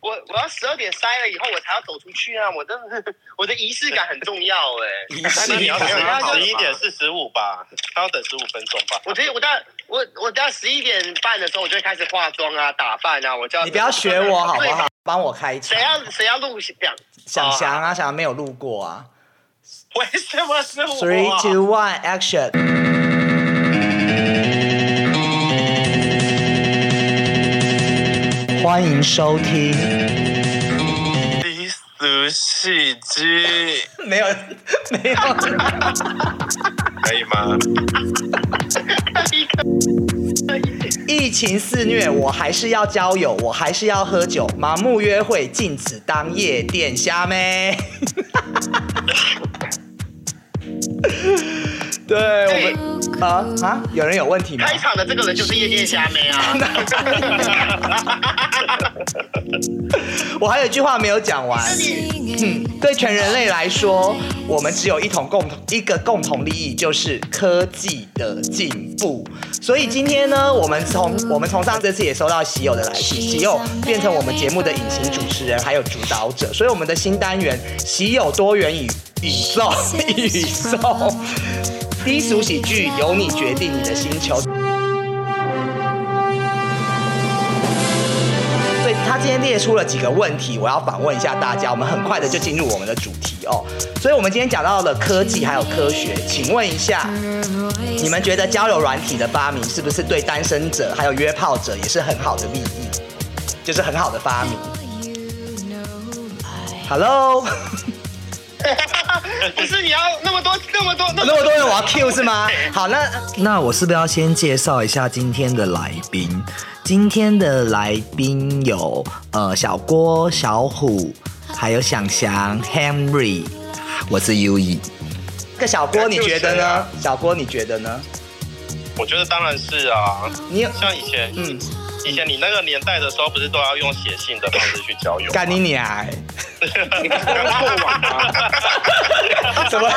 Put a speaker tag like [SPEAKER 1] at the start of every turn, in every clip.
[SPEAKER 1] 我要十二点塞了以后，我才要走出去啊！我真的是 我的仪式感很重要哎、
[SPEAKER 2] 仪式
[SPEAKER 3] 那你要
[SPEAKER 1] 没有
[SPEAKER 2] 感
[SPEAKER 1] 要
[SPEAKER 3] 十一点四十五吧，他要等十五分钟吧。
[SPEAKER 1] 我觉得我到我我到十一点半的时候，我就会开始化妆啊、打扮啊。我就
[SPEAKER 2] 你不要学我好不好？？帮我开场
[SPEAKER 1] 谁。要谁要录讲？
[SPEAKER 2] 想翔啊，想翔没有录过啊。
[SPEAKER 3] 为什么是我、啊嗯
[SPEAKER 2] Three, two, one, action！欢迎收听，
[SPEAKER 3] 低俗喜剧，
[SPEAKER 2] 没有，没有，
[SPEAKER 3] 可以吗？
[SPEAKER 2] 疫情肆虐，我还是要交友，我还是要喝酒，盲目约会禁止当夜店虾妹。 对，我们啊啊，有人有问题吗？
[SPEAKER 1] 开场的这个人就是夜店虾妹啊！
[SPEAKER 2] 我还有一句话没有讲完。嗯，对全人类来说，我们只有一同共同一个共同利益，就是科技的进步。所以今天呢，我们从我们从上这次也收到喜友的来信，喜友变成我们节目的隐形主持人还有主导者，所以我们的新单元喜友多元宇宇宙宇宙 低俗喜剧由你决定你的星球。所以他今天列出了几个问题，我要访问一下大家。我们很快的就进入我们的主题哦。所以我们今天讲到了科技还有科学，请问一下，你们觉得交 友软体的发明是不是对单身者还有约炮者也是很好的利益，就是很好的发明？Hello，
[SPEAKER 1] 不是你要那么多那么多
[SPEAKER 2] 那么多人我要 Q 是 吗？好，那那我是不是要先介绍一下今天的来宾？今天的来宾有呃小郭、小虎，还有想翔、Henry，我是 U E。这啊小郭你觉得呢？小郭你觉得呢？
[SPEAKER 3] 我觉得当然是啊，
[SPEAKER 2] 你有
[SPEAKER 3] 像以前，
[SPEAKER 2] 嗯，
[SPEAKER 3] 以前你那个年代的时候，不是都要用写信的方式去交友？
[SPEAKER 2] 干你娘欸！
[SPEAKER 4] 你不是刚破网吗？
[SPEAKER 2] 怎 么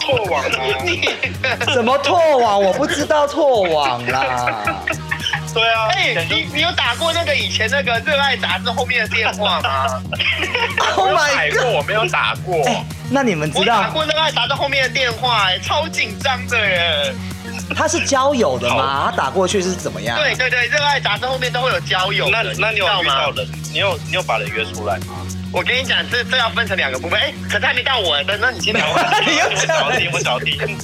[SPEAKER 4] 破 网啊！
[SPEAKER 2] 怎么拓网？我不知道拓网 啦。
[SPEAKER 3] 对啊，以
[SPEAKER 1] 哎、
[SPEAKER 3] 前就
[SPEAKER 1] 你你有打过那个以前那个热爱杂志后面的电话吗？
[SPEAKER 2] Oh
[SPEAKER 4] 打
[SPEAKER 2] my god！
[SPEAKER 4] 过我没有打过，
[SPEAKER 2] 哎，那你们
[SPEAKER 1] 我
[SPEAKER 2] 知
[SPEAKER 1] 打
[SPEAKER 2] 道
[SPEAKER 1] 过热爱杂志后面的电话、哎，超紧张的耶。
[SPEAKER 2] 他是交友的吗？他打过去是怎么样？
[SPEAKER 1] 对对对，热爱杂志后面都会有交友的，
[SPEAKER 3] 啊那那你
[SPEAKER 1] 你
[SPEAKER 3] 有
[SPEAKER 1] 知道
[SPEAKER 3] 遇
[SPEAKER 1] 吗
[SPEAKER 3] 到？人？你有你有把人约出来吗？
[SPEAKER 1] 我跟你讲，这这要分成两个部分。哎、可是还没到我，等那你先聊。
[SPEAKER 2] 你又
[SPEAKER 3] 我
[SPEAKER 2] 这样
[SPEAKER 3] 想听，我想听。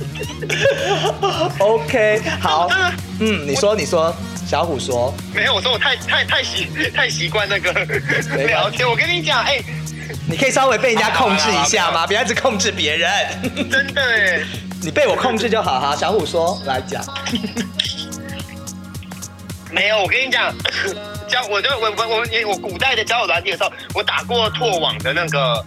[SPEAKER 2] OK，好
[SPEAKER 1] 真的，
[SPEAKER 2] 嗯，你说，你说，小虎说，
[SPEAKER 1] 没有，我说我太太太习太习惯那个
[SPEAKER 2] 系
[SPEAKER 1] 聊天。我跟你讲，哎、
[SPEAKER 2] 你可以稍微被人家控制一下吗？不要一直控制别人，
[SPEAKER 1] 真的哎，
[SPEAKER 2] 你被我控制就好哈。小虎说，来讲，
[SPEAKER 1] 没有。我跟你讲， 交我就我我我我古代的交友软件的时候，我打过拓网的那个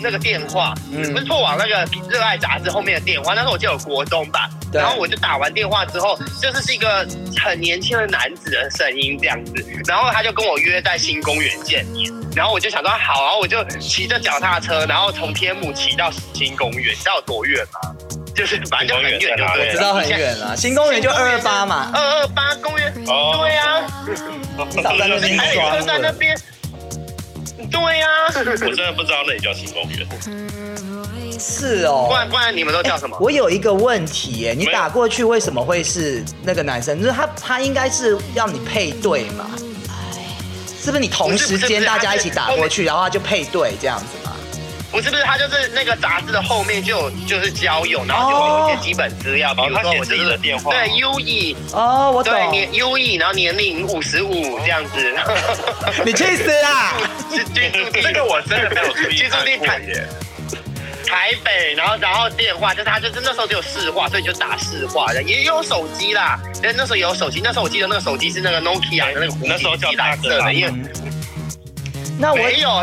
[SPEAKER 1] 那个电话，
[SPEAKER 2] 嗯
[SPEAKER 1] 不是拓网那个热爱杂志后面的电话。那时候我记得有国中吧，
[SPEAKER 2] 对
[SPEAKER 1] 然后我就打完电话之后，就是是一个很年轻的男子的声音这样子，然后他就跟我约在新公园见面。然后我就想说好，啊然后我就骑着脚踏车，然后从天母骑到新公园，你知道有多远吗？就是反正就很远，就
[SPEAKER 3] 我
[SPEAKER 1] 对
[SPEAKER 2] 知
[SPEAKER 1] 了
[SPEAKER 2] 道很远了，新公园就二二八嘛，
[SPEAKER 1] 二二八公园，
[SPEAKER 3] 哦
[SPEAKER 1] 对哎啊呀、
[SPEAKER 2] 早在那
[SPEAKER 1] 就是
[SPEAKER 2] 边
[SPEAKER 1] 台北
[SPEAKER 2] 装
[SPEAKER 1] 车站那
[SPEAKER 2] 了。
[SPEAKER 1] 边，对啊呀、
[SPEAKER 3] 我真的不知道那里叫新公园。
[SPEAKER 2] 是哦
[SPEAKER 1] 不。然不然你们都叫什么？
[SPEAKER 2] 我有一个问题耶，你
[SPEAKER 3] 没有
[SPEAKER 2] 打过去为什么会是那个男生？就是他，他应该是让你配对嘛？是不是你同
[SPEAKER 1] 哎不是
[SPEAKER 2] 时
[SPEAKER 1] 不是
[SPEAKER 2] 间
[SPEAKER 1] 不是
[SPEAKER 2] 大家
[SPEAKER 1] 他
[SPEAKER 2] 一
[SPEAKER 1] 是
[SPEAKER 2] 起打
[SPEAKER 1] 后面
[SPEAKER 2] 过去，然后他就配对这样子嘛？
[SPEAKER 1] 不是不是，他就是那个杂志的后面就有就是交友，然后就会有一些基本资料，比
[SPEAKER 3] 哦
[SPEAKER 1] 如说我
[SPEAKER 3] 他写自己的电话
[SPEAKER 1] 对 U E，
[SPEAKER 2] 哦，我懂。
[SPEAKER 1] 对年 U E，然后年龄五十五这样 子，
[SPEAKER 2] 你去死啊啦！
[SPEAKER 1] 居居住地
[SPEAKER 3] 这个我真的没有注意
[SPEAKER 1] 居住
[SPEAKER 3] 看
[SPEAKER 1] 地
[SPEAKER 3] 过
[SPEAKER 1] 台
[SPEAKER 3] 耶。
[SPEAKER 1] 台北，然后然后电话，就是他就是那时候只有市话，所以就打市话的，也有手机啦，但那时候有手机，那时候我记得那个手机是那个 Nokia 的那个
[SPEAKER 3] 那时候叫大
[SPEAKER 1] 蓝
[SPEAKER 3] 哥
[SPEAKER 1] 色
[SPEAKER 3] 啦
[SPEAKER 1] 的，因为
[SPEAKER 2] 那我
[SPEAKER 1] 没有。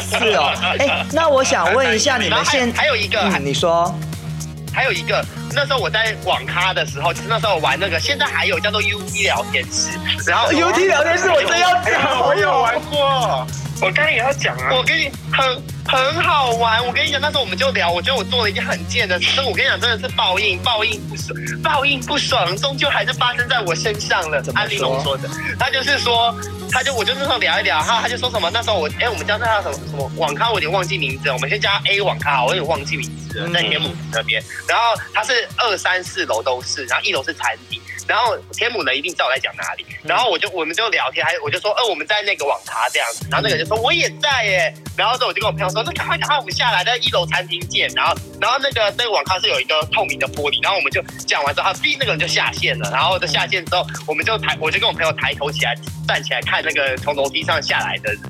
[SPEAKER 2] 是哦，哎、那我想问一下，你
[SPEAKER 1] 然
[SPEAKER 2] 们
[SPEAKER 1] 后还
[SPEAKER 2] 现
[SPEAKER 1] 还有一个，啊
[SPEAKER 2] 嗯，你说
[SPEAKER 1] 还有一个，那时候我在网咖的时候，就是那时候玩那个，现在还有叫做 U T 聊天室，然后
[SPEAKER 2] U T 聊天室，我真要讲，哦
[SPEAKER 4] 我有玩过，我刚刚也要讲啊。
[SPEAKER 1] 我跟你很很好玩。我跟你讲，那时候我们就聊，我觉得我做了一件很贱的事，但我跟你讲，真的是报应，报应不爽，报应不爽，终究还是发生在我身上了
[SPEAKER 2] 怎。么说
[SPEAKER 1] 安玲珑说的， 他就是说，他就我就那时候聊一聊，他他就说什么，那时候我哎、我们叫他什么什么网咖，我有点忘记名字了，我们先叫他 A 网咖，我有点忘记名字了，在天母那边。然后他是二三四楼都是，然后一楼是餐厅，然后天母人一定知道我在讲哪里。然后我就我们就聊天，还我就说，呃，我们在那个网咖这样子。然后那个人就说我也在耶。然后之后我就跟我朋友说，那赶快赶快我们下来，在一楼餐厅见。然后然后那个那个网咖是有一个透明的玻璃，然后我们就讲完之后，他逼那个人就下线了。然后就下线之后，我们就抬，我就跟我朋友抬头起来站起来看那个从楼梯上下来的人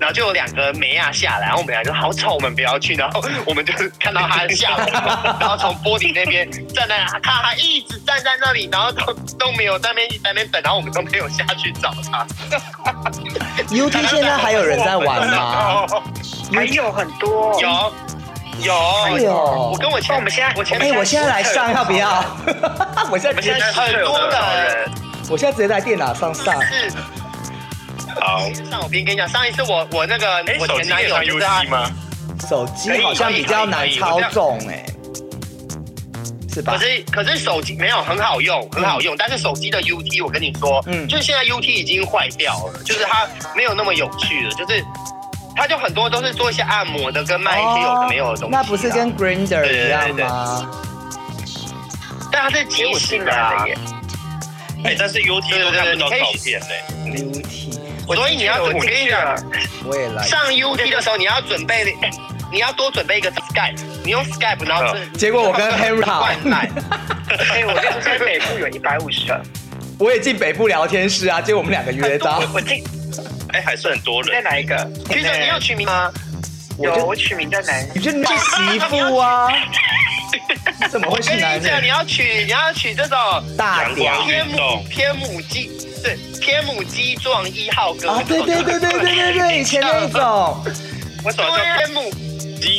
[SPEAKER 1] 然后就有两个梅亚下来，然后我们俩就 好丑，我们不要去。然后我们就看到他下来，然后从玻璃那边站在那，看他一直站在那里，然后都都没有在那边在那边等，然后我们都没有下去找他。
[SPEAKER 2] UT 现在还有人在玩吗？
[SPEAKER 5] 还有很多，
[SPEAKER 1] 有
[SPEAKER 2] 哎
[SPEAKER 1] 有，
[SPEAKER 2] 呦
[SPEAKER 1] 我，跟我前
[SPEAKER 5] 那我们现在
[SPEAKER 1] 我前
[SPEAKER 2] 哎，我现在来上要不要？ 我现在
[SPEAKER 1] 我
[SPEAKER 2] 直接
[SPEAKER 1] 现，在很多人。
[SPEAKER 2] 我现在直接在电脑上上。
[SPEAKER 1] 是
[SPEAKER 3] 好，
[SPEAKER 1] 上，我跟你讲，上一次我我那个
[SPEAKER 3] 哎，
[SPEAKER 1] 我
[SPEAKER 3] 手
[SPEAKER 1] 前
[SPEAKER 3] 机
[SPEAKER 1] 男
[SPEAKER 3] 也
[SPEAKER 1] 友
[SPEAKER 3] 上
[SPEAKER 1] 就是他
[SPEAKER 3] UC 吗？
[SPEAKER 2] 手机好像比较难操纵哎、是吧
[SPEAKER 1] 可？是可是手机没有很好用，很好用，但是手机的 UT 我跟你说，
[SPEAKER 2] 嗯
[SPEAKER 1] 就是现在 UT 已经坏掉了，就是它没有那么有趣了，就是它就很多都是做一些按摩的，跟卖一些有的没有的东西、啊
[SPEAKER 2] 哦那不是跟，Grinder
[SPEAKER 1] 对对对
[SPEAKER 2] 一样
[SPEAKER 1] 对
[SPEAKER 2] 吗？
[SPEAKER 1] 但它是即时的、啊，
[SPEAKER 3] 哎，但是 UT 都看不到照片呢。
[SPEAKER 2] 流体，
[SPEAKER 1] 所以你要我
[SPEAKER 5] 我
[SPEAKER 1] 跟你讲，
[SPEAKER 2] 我也来。
[SPEAKER 1] 上 UT 的时候你要准备。你要多准备一个 Skype，你用 Skype，然后是
[SPEAKER 2] 结果我跟 Henry
[SPEAKER 1] 灌奶，
[SPEAKER 5] 哎，我那时候在北部有一百五十，
[SPEAKER 2] 我也进北部聊天室啊，结果我们两个约到，
[SPEAKER 5] 我进
[SPEAKER 3] 哎，还是很多
[SPEAKER 5] 在
[SPEAKER 3] 人。
[SPEAKER 5] 哪一个？
[SPEAKER 1] 学长你有取名吗？
[SPEAKER 2] 我
[SPEAKER 5] 有
[SPEAKER 2] 就
[SPEAKER 5] 我取名叫南，
[SPEAKER 2] 你就你媳妇啊？你怎么
[SPEAKER 1] 我
[SPEAKER 2] 会
[SPEAKER 1] 跟
[SPEAKER 2] 是男
[SPEAKER 1] 你讲，你
[SPEAKER 2] 人？
[SPEAKER 1] 要取你要取这种
[SPEAKER 2] 大屌
[SPEAKER 3] 阳光
[SPEAKER 1] 天
[SPEAKER 3] 运
[SPEAKER 1] 母
[SPEAKER 3] 动
[SPEAKER 1] 天母鸡，对天母鸡壮一号哥。
[SPEAKER 2] 啊，对对对对对对对，以前那种，
[SPEAKER 3] 为什么
[SPEAKER 1] 对
[SPEAKER 3] 叫
[SPEAKER 1] 天母
[SPEAKER 3] 鸡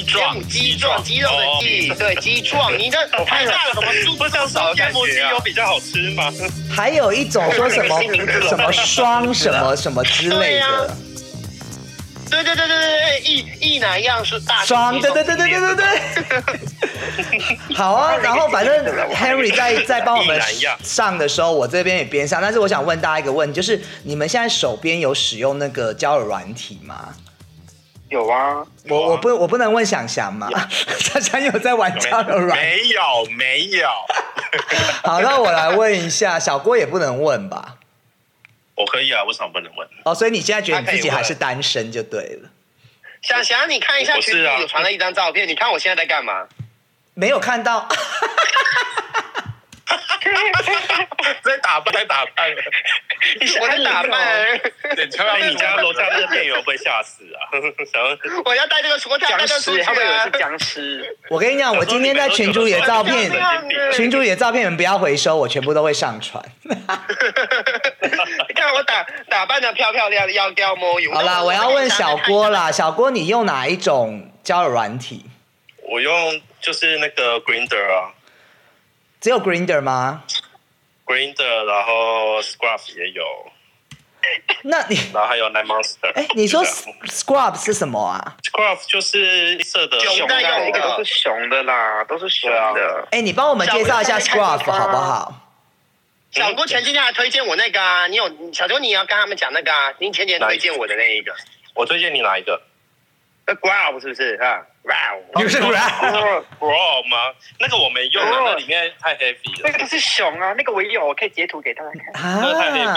[SPEAKER 1] 天
[SPEAKER 3] 壮
[SPEAKER 1] 母？鸡壮肌肉的鸡，
[SPEAKER 3] 哦
[SPEAKER 1] 对鸡壮，你这太大了，什么猪
[SPEAKER 3] 不是
[SPEAKER 1] 手
[SPEAKER 3] 说
[SPEAKER 1] 感
[SPEAKER 3] 天母鸡
[SPEAKER 1] 觉啊
[SPEAKER 3] 有比较好吃 吗？
[SPEAKER 2] 还有一种说什么什么双什么什么之类的，
[SPEAKER 1] 对对对对对，一一哪一样是大
[SPEAKER 2] 双，
[SPEAKER 1] 鸡
[SPEAKER 2] 对
[SPEAKER 1] 肉
[SPEAKER 2] 对对对对对对。好啊，然后反正 Henry 在在帮我们
[SPEAKER 3] 一男一样
[SPEAKER 2] 上的时候，我这边也边上，但是我想问大家一个问题，就是你们现在手边有使用那个交友软体吗？
[SPEAKER 5] 有啊，
[SPEAKER 2] 我我不我不能问想翔嘛，想翔有在玩交友软体。
[SPEAKER 3] 没有没有，
[SPEAKER 2] 好，那我来问一下，小郭也不能问吧？
[SPEAKER 3] 我可以啊，为什么不能问？
[SPEAKER 2] 哦，所以你现在觉得你
[SPEAKER 1] 他可以
[SPEAKER 2] 自己还
[SPEAKER 1] 问
[SPEAKER 2] 是单身就对了，
[SPEAKER 1] 想想你看一下
[SPEAKER 3] 我
[SPEAKER 1] 群
[SPEAKER 3] 是
[SPEAKER 1] 里
[SPEAKER 3] 啊
[SPEAKER 1] 有传了一张照片，你看我现在在干嘛？
[SPEAKER 2] 没有看到。
[SPEAKER 3] 在打扮，在打扮。
[SPEAKER 1] 我在打
[SPEAKER 3] 啊
[SPEAKER 1] 扮，
[SPEAKER 3] 对，你看你家楼下那个店员会不会吓死啊？ 想要
[SPEAKER 1] 我要带这个出，我要带
[SPEAKER 5] 僵
[SPEAKER 1] 这个出去
[SPEAKER 5] 尸，他们有
[SPEAKER 1] 啊
[SPEAKER 5] 是！僵尸，
[SPEAKER 2] 我跟你讲，我今天在群主里的照片
[SPEAKER 1] 有时候你们，
[SPEAKER 2] 群主里的照片你们不要回收，我全部都会上传。
[SPEAKER 1] 你 看我打打扮的漂漂亮亮，要掉摸油。
[SPEAKER 2] 好啦，我要问小郭啦，小郭你用哪一种交友软体？
[SPEAKER 3] 我用就是那个 Grinder 啊
[SPEAKER 2] 只有 Grinder 吗？
[SPEAKER 3] ，Grinder，然后 Scruff 也有，
[SPEAKER 2] 那你
[SPEAKER 3] 然后还有 Nine Monster。
[SPEAKER 2] 哎，你说
[SPEAKER 3] 就这样
[SPEAKER 2] Scrub 是什么啊？
[SPEAKER 3] Scruff 就是一色的啊
[SPEAKER 1] 熊
[SPEAKER 3] 熊
[SPEAKER 1] 在用
[SPEAKER 5] 大家
[SPEAKER 1] 的
[SPEAKER 5] 那个都是熊的啦，都是啊熊的，
[SPEAKER 2] 哎，你帮我们介绍一下
[SPEAKER 5] 小郭
[SPEAKER 2] Scrub 好不好？
[SPEAKER 1] 小郭前几天还推荐我那个啊，你有小周你也要跟他们讲那个啊，你前几天推荐我的那一个，
[SPEAKER 3] 我推荐你哪一个
[SPEAKER 1] 那 Grow 是不是啊？Grow
[SPEAKER 2] 你是不是？
[SPEAKER 3] ？Bro 吗？那个我没用啊，
[SPEAKER 5] Bro
[SPEAKER 3] 那里面太 heavy
[SPEAKER 5] 那
[SPEAKER 3] 了。
[SPEAKER 5] 个是熊啊，那个我有，我可以截图给大家看。
[SPEAKER 2] 啊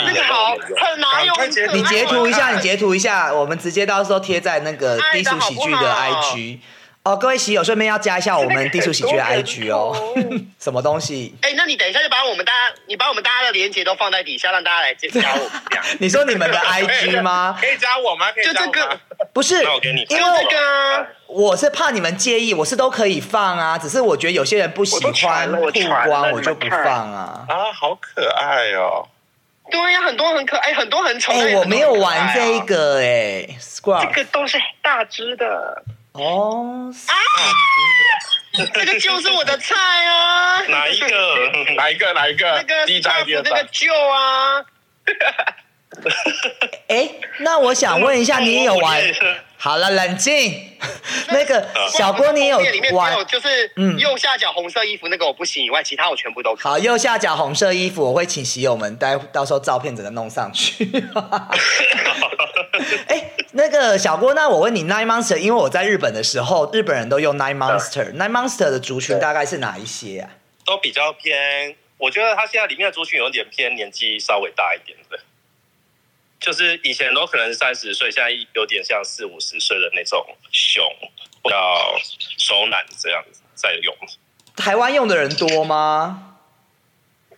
[SPEAKER 1] 那个好，很哪有？
[SPEAKER 2] 你截图一下，你截图一下，我们直接到时候贴在那个低俗喜剧的
[SPEAKER 1] 爱的好不好
[SPEAKER 2] IG。哦，各位喜友，顺便要加一下我们低俗喜剧的 IG 哦。 什么东西？
[SPEAKER 1] 哎，那你等一下就把我们大家，你把我们大家的链接都放在底下，让大家来接加我们这样。
[SPEAKER 2] 你说你们的 IG 吗？
[SPEAKER 4] 可以加我吗？可以
[SPEAKER 1] 就
[SPEAKER 4] 加
[SPEAKER 1] 这
[SPEAKER 4] 我
[SPEAKER 1] 个
[SPEAKER 4] 吗？，
[SPEAKER 2] 不是，
[SPEAKER 3] 那我给你
[SPEAKER 1] 就
[SPEAKER 2] 因为
[SPEAKER 1] 这个啊，
[SPEAKER 2] 我是怕你们介意，我是都可以放啊，只是我觉得有些人不喜
[SPEAKER 5] 我都
[SPEAKER 2] 欢
[SPEAKER 5] 传了
[SPEAKER 2] 曝
[SPEAKER 5] 我传了
[SPEAKER 2] 光，
[SPEAKER 5] 你
[SPEAKER 2] 我
[SPEAKER 5] 们
[SPEAKER 2] 就不
[SPEAKER 5] 看
[SPEAKER 2] 放啊。
[SPEAKER 4] 啊，好可爱 哦！
[SPEAKER 1] 对呀，很多很可爱，很多很丑。但
[SPEAKER 2] 哎，
[SPEAKER 1] 也
[SPEAKER 2] 我
[SPEAKER 1] 很多
[SPEAKER 2] 没有
[SPEAKER 1] 很可爱啊
[SPEAKER 2] 玩这一。个哎
[SPEAKER 5] 这
[SPEAKER 2] ，Squad
[SPEAKER 5] 个都是大只的，
[SPEAKER 2] 哦，
[SPEAKER 1] 这个就是我的菜 啊！
[SPEAKER 3] 哪一 个？
[SPEAKER 4] 哪一个？哪一
[SPEAKER 1] 那
[SPEAKER 4] 个？
[SPEAKER 1] 个
[SPEAKER 4] 第一张，
[SPEAKER 1] 大
[SPEAKER 4] 第二
[SPEAKER 1] 福那个
[SPEAKER 4] 张。
[SPEAKER 1] 舅啊，
[SPEAKER 2] 哎，那我想问一下，你也有
[SPEAKER 3] 我
[SPEAKER 2] 玩
[SPEAKER 3] 也？是
[SPEAKER 2] 好了，冷静。那个小波你也有
[SPEAKER 1] 呃封面里面只
[SPEAKER 2] 玩
[SPEAKER 1] 有就是
[SPEAKER 2] 嗯
[SPEAKER 1] 右下角红色衣服那个我不行以外，其他我全部都可以。
[SPEAKER 2] 好，右下角红色衣服，我会请喜友们待到时候照片整个弄上去。 哎、那个小郭，那我问你，Nine Monster，因为我在日本的时候，日本人都用 Nine Monster，Nine Monster 的族群大概是哪一些啊？
[SPEAKER 3] 都比较偏，我觉得他现在里面的族群有点偏年纪稍微大一点的，就是以前都可能三十岁，现在有点像四五十岁的那种熊，比较熟男这样子在用。
[SPEAKER 2] 台湾用的人多吗？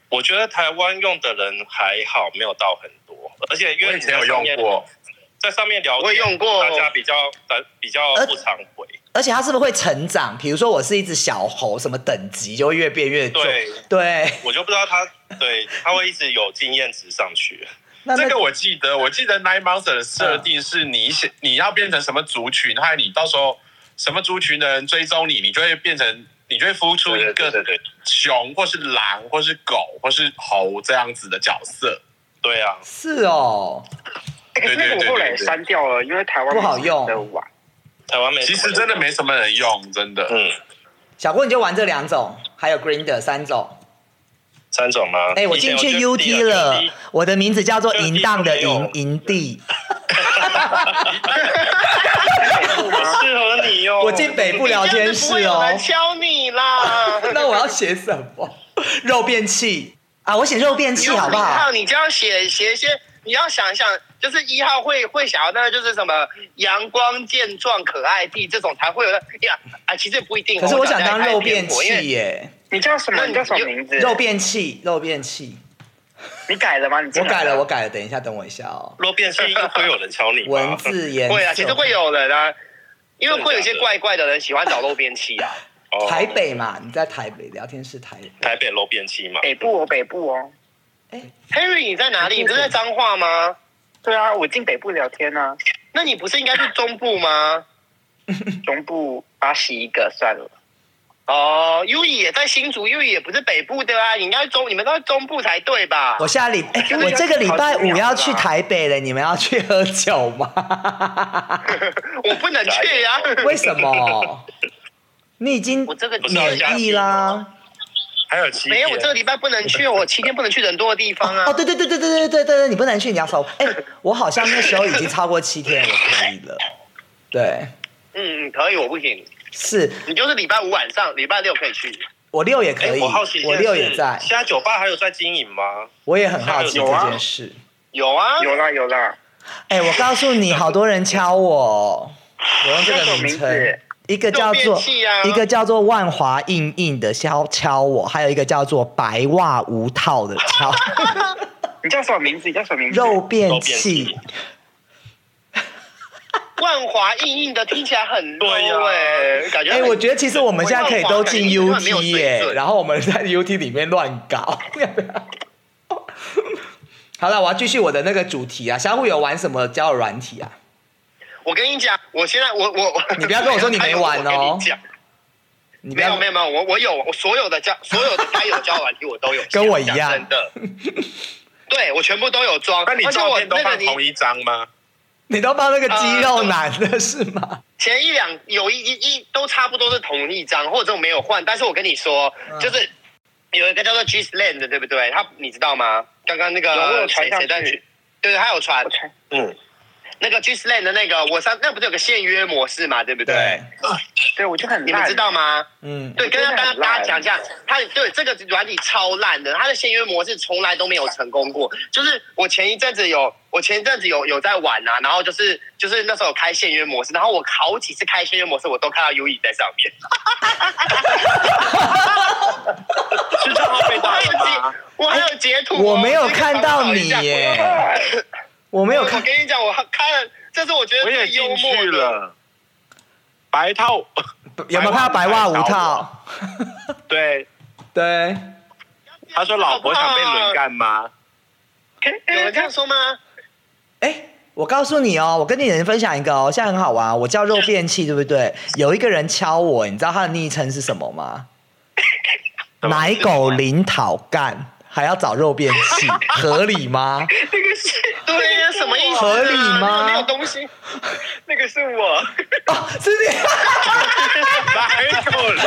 [SPEAKER 3] 我觉得台湾用的人还好，没有到很多，而且因
[SPEAKER 4] 我
[SPEAKER 3] 为
[SPEAKER 4] 以
[SPEAKER 3] 你
[SPEAKER 4] 前
[SPEAKER 3] 在
[SPEAKER 4] 有
[SPEAKER 3] 上
[SPEAKER 4] 用
[SPEAKER 3] 面，
[SPEAKER 4] 过，
[SPEAKER 3] 在上面聊天，
[SPEAKER 1] 我也用过
[SPEAKER 3] 大家比较比较不常回。
[SPEAKER 2] 而且它是不是会成长？比如说我是一只小猴，什么等级就会越变越重？
[SPEAKER 3] 对，
[SPEAKER 2] 对，
[SPEAKER 3] 我就不知道他对他会一直有经验值上去。
[SPEAKER 2] 那
[SPEAKER 4] 这
[SPEAKER 2] 那
[SPEAKER 4] 个我记得，我记得 Nine Monster 的设定是你写你要变成什么族群，还有你到时候什么族群的人追踪你，你就会变成你就会孵出一
[SPEAKER 3] 对对
[SPEAKER 4] 个
[SPEAKER 3] 对
[SPEAKER 4] 熊或是狼或是狗或是猴这样子的角色。
[SPEAKER 3] 对啊，
[SPEAKER 2] 是哦，
[SPEAKER 5] 哎可是那个我后来也删掉了，因为台湾
[SPEAKER 2] 不好用
[SPEAKER 5] 的玩。
[SPEAKER 3] 台湾没什
[SPEAKER 4] 其
[SPEAKER 3] 哎么
[SPEAKER 4] 实
[SPEAKER 3] 人
[SPEAKER 4] 真的没什么人用，真的。
[SPEAKER 3] 嗯
[SPEAKER 2] 小郭你就玩这两种，还有 Green 的三种。
[SPEAKER 3] 三种吗？
[SPEAKER 2] 哎、我
[SPEAKER 3] 以前
[SPEAKER 2] 进去
[SPEAKER 3] 就
[SPEAKER 2] UT 了， 我的名字叫做淫荡的
[SPEAKER 3] 就
[SPEAKER 2] 淫
[SPEAKER 3] 是
[SPEAKER 2] 淫地，
[SPEAKER 3] 不适合你哦哟、
[SPEAKER 2] 我进北部聊天
[SPEAKER 1] 哦你这样子
[SPEAKER 2] 室
[SPEAKER 1] 不会有
[SPEAKER 2] 哦。
[SPEAKER 1] 人。敲你啦
[SPEAKER 2] 那我要写什么？肉便器啊，我写肉便器好不
[SPEAKER 1] 你用一
[SPEAKER 2] 好
[SPEAKER 1] 号？你这样写写一些，你要想一想，就是一号会会想要那个就是什么阳光健壮可爱弟这种才会有的呀啊，其实也不一定哦。
[SPEAKER 2] 可是我想
[SPEAKER 1] 讲
[SPEAKER 2] 当
[SPEAKER 1] 得太
[SPEAKER 2] 肉
[SPEAKER 1] 偏
[SPEAKER 2] 便
[SPEAKER 1] 颇因为
[SPEAKER 2] 器耶，
[SPEAKER 5] 你叫什么？
[SPEAKER 1] 那
[SPEAKER 5] 你
[SPEAKER 1] 你
[SPEAKER 5] 叫什么名字？
[SPEAKER 2] 肉便器，肉便器，
[SPEAKER 5] 你改了吗？你
[SPEAKER 2] 我改了，我改了，等一下，等我一下哦。
[SPEAKER 3] 若变性会有人敲你吗
[SPEAKER 2] 文字研
[SPEAKER 1] 会啊，其实
[SPEAKER 2] 究，
[SPEAKER 1] 会有人啊，因为会有一
[SPEAKER 3] 真
[SPEAKER 1] 些
[SPEAKER 3] 的假的
[SPEAKER 1] 怪怪的人喜欢找肉边器 啊。
[SPEAKER 3] 哦
[SPEAKER 2] 台北嘛，你在台北聊天室台北，
[SPEAKER 3] 台北若变性嘛？
[SPEAKER 2] 哎
[SPEAKER 5] 北部哦，北部哦。
[SPEAKER 1] Henry，你在哪里？你是在彰化吗？
[SPEAKER 5] 对啊，我进北部聊天啊，
[SPEAKER 1] 那你不是应该是中部 吗？
[SPEAKER 5] 中部八十一个算了。
[SPEAKER 1] 哦，U 也在新竹，U E 也不是北部的啊，你应该中，你们都是中部才对吧？
[SPEAKER 2] 我下礼，哎、我这个礼拜
[SPEAKER 1] 啊
[SPEAKER 2] 五要去台北了，你们要去喝酒吗？
[SPEAKER 1] 我不能去啊，
[SPEAKER 2] 为什么？你已经
[SPEAKER 1] 我这个
[SPEAKER 3] 不是要
[SPEAKER 2] 免疫啦。
[SPEAKER 3] 还有七
[SPEAKER 1] 没
[SPEAKER 3] 天
[SPEAKER 1] 有，我这个礼拜不能去，我七天不能去人多的地方啊
[SPEAKER 2] 哦，。对对对对对对对对对，你不能去，你要超。哎、我好像那时候已经超过七天了，我可以了。对，
[SPEAKER 1] 嗯，可以，我不行，
[SPEAKER 2] 是
[SPEAKER 1] 你就是礼拜五晚上，礼拜六可以去。
[SPEAKER 2] 我六也可
[SPEAKER 3] 哎
[SPEAKER 2] 以，
[SPEAKER 3] 我好奇一件事，
[SPEAKER 2] 六也在，
[SPEAKER 3] 现在酒吧还有在经营吗？
[SPEAKER 2] 我也很好奇
[SPEAKER 3] 有
[SPEAKER 2] 这
[SPEAKER 3] 啊
[SPEAKER 2] 件事。
[SPEAKER 1] 有啊，
[SPEAKER 5] 有啦有啦，
[SPEAKER 2] 哎、我告诉你，好多人敲我，我用这
[SPEAKER 5] 叫什
[SPEAKER 2] 个
[SPEAKER 5] 么名
[SPEAKER 2] 名称
[SPEAKER 5] 字。
[SPEAKER 2] 一个叫
[SPEAKER 1] 用
[SPEAKER 2] 做
[SPEAKER 1] 便器啊
[SPEAKER 2] 一个叫做万华硬硬的敲敲我，还有一个叫做白袜无套的敲
[SPEAKER 5] 你叫什么名字？你叫什么名字？
[SPEAKER 2] 肉便
[SPEAKER 3] 肉便
[SPEAKER 2] 器
[SPEAKER 3] 器。
[SPEAKER 1] 万华硬硬的，听起来很 low
[SPEAKER 3] 对啊
[SPEAKER 1] 哎、感觉
[SPEAKER 2] 哎、
[SPEAKER 1] 很
[SPEAKER 2] 我觉得其实我们现在可以都进
[SPEAKER 1] 我忘了
[SPEAKER 2] UT
[SPEAKER 1] 没有水
[SPEAKER 2] 耶、
[SPEAKER 1] 准
[SPEAKER 2] 然后我们在 UT 里面乱搞。 好了，我要继续我的那个主题啊。小虎有玩什么交友软体啊？
[SPEAKER 1] 我跟你讲，我现在我我我，
[SPEAKER 2] 你不要跟我说你没玩哦
[SPEAKER 1] 还有我跟你讲，
[SPEAKER 2] 你 不
[SPEAKER 1] 没有
[SPEAKER 2] 要
[SPEAKER 1] 没有没有，我我有我所有的交所有的该有交友软体我都有，
[SPEAKER 2] 跟我一样
[SPEAKER 1] 讲真的。 对我全部都有装，
[SPEAKER 4] 那你
[SPEAKER 1] 而且
[SPEAKER 4] 照
[SPEAKER 1] 我
[SPEAKER 4] 片都
[SPEAKER 1] 那个
[SPEAKER 4] 放
[SPEAKER 1] 你
[SPEAKER 4] 同一张吗？
[SPEAKER 2] 你都帮那个肌肉男的是吗？
[SPEAKER 1] 前一两有一一一都差不多是同一张，或者没有换。但是我跟你说，
[SPEAKER 2] 嗯
[SPEAKER 1] 就是有一个叫做 G Sland 的，对不对？他你知道吗？刚刚那
[SPEAKER 5] 有我
[SPEAKER 1] 个
[SPEAKER 5] 有传
[SPEAKER 1] 谁
[SPEAKER 5] 上
[SPEAKER 1] 谁在
[SPEAKER 5] 去？
[SPEAKER 1] 对对，他有传
[SPEAKER 5] 我传
[SPEAKER 3] 嗯，
[SPEAKER 1] 那个 G Sland 的那个，我上那不是有个限约模式嘛，对不 对？，
[SPEAKER 5] 对，我就很烂
[SPEAKER 1] 你们知道吗？
[SPEAKER 2] 嗯，
[SPEAKER 1] 对，跟大家
[SPEAKER 5] 真的很烂
[SPEAKER 1] 大家讲一下，它对这个软体超烂的，它的签约模式从来都没有成功过。就是我前一阵子有，我前一阵子有有在玩啊，然后就是就是那时候有开签约模式，然后我好几次开签约模式，我都看到 U E 在上面，
[SPEAKER 3] 是账号被
[SPEAKER 1] 我还
[SPEAKER 3] 盗
[SPEAKER 1] 有
[SPEAKER 3] 了吗？
[SPEAKER 1] 截，我还有截图哦、
[SPEAKER 2] 我没有
[SPEAKER 1] 这个
[SPEAKER 2] 看到你
[SPEAKER 1] 找一下
[SPEAKER 2] 耶、我没
[SPEAKER 1] 我
[SPEAKER 2] 有
[SPEAKER 1] 我
[SPEAKER 2] 看。
[SPEAKER 1] 跟你讲，我看了，这是我觉得
[SPEAKER 4] 我也
[SPEAKER 1] 最幽
[SPEAKER 4] 进
[SPEAKER 1] 默
[SPEAKER 4] 去
[SPEAKER 1] 的。
[SPEAKER 4] 了，白套，
[SPEAKER 2] 有没有看到白袜无套？
[SPEAKER 4] 对，
[SPEAKER 2] 对，
[SPEAKER 4] 他说老婆想被轮干吗？
[SPEAKER 1] 有人这样说吗？
[SPEAKER 2] 哎、我告诉你哦，我跟你人分享一个哦，现在很好玩哦。我叫肉便器，对不对？有一个人敲我，你知道他的昵称是什么吗？奶狗领讨干，还要找肉便器，合理吗？
[SPEAKER 1] 这个是对对呀，什么意思啊？
[SPEAKER 2] 合理吗
[SPEAKER 1] 没有东西，
[SPEAKER 5] 那个是我，
[SPEAKER 2] 哦，是你。
[SPEAKER 4] 来狗离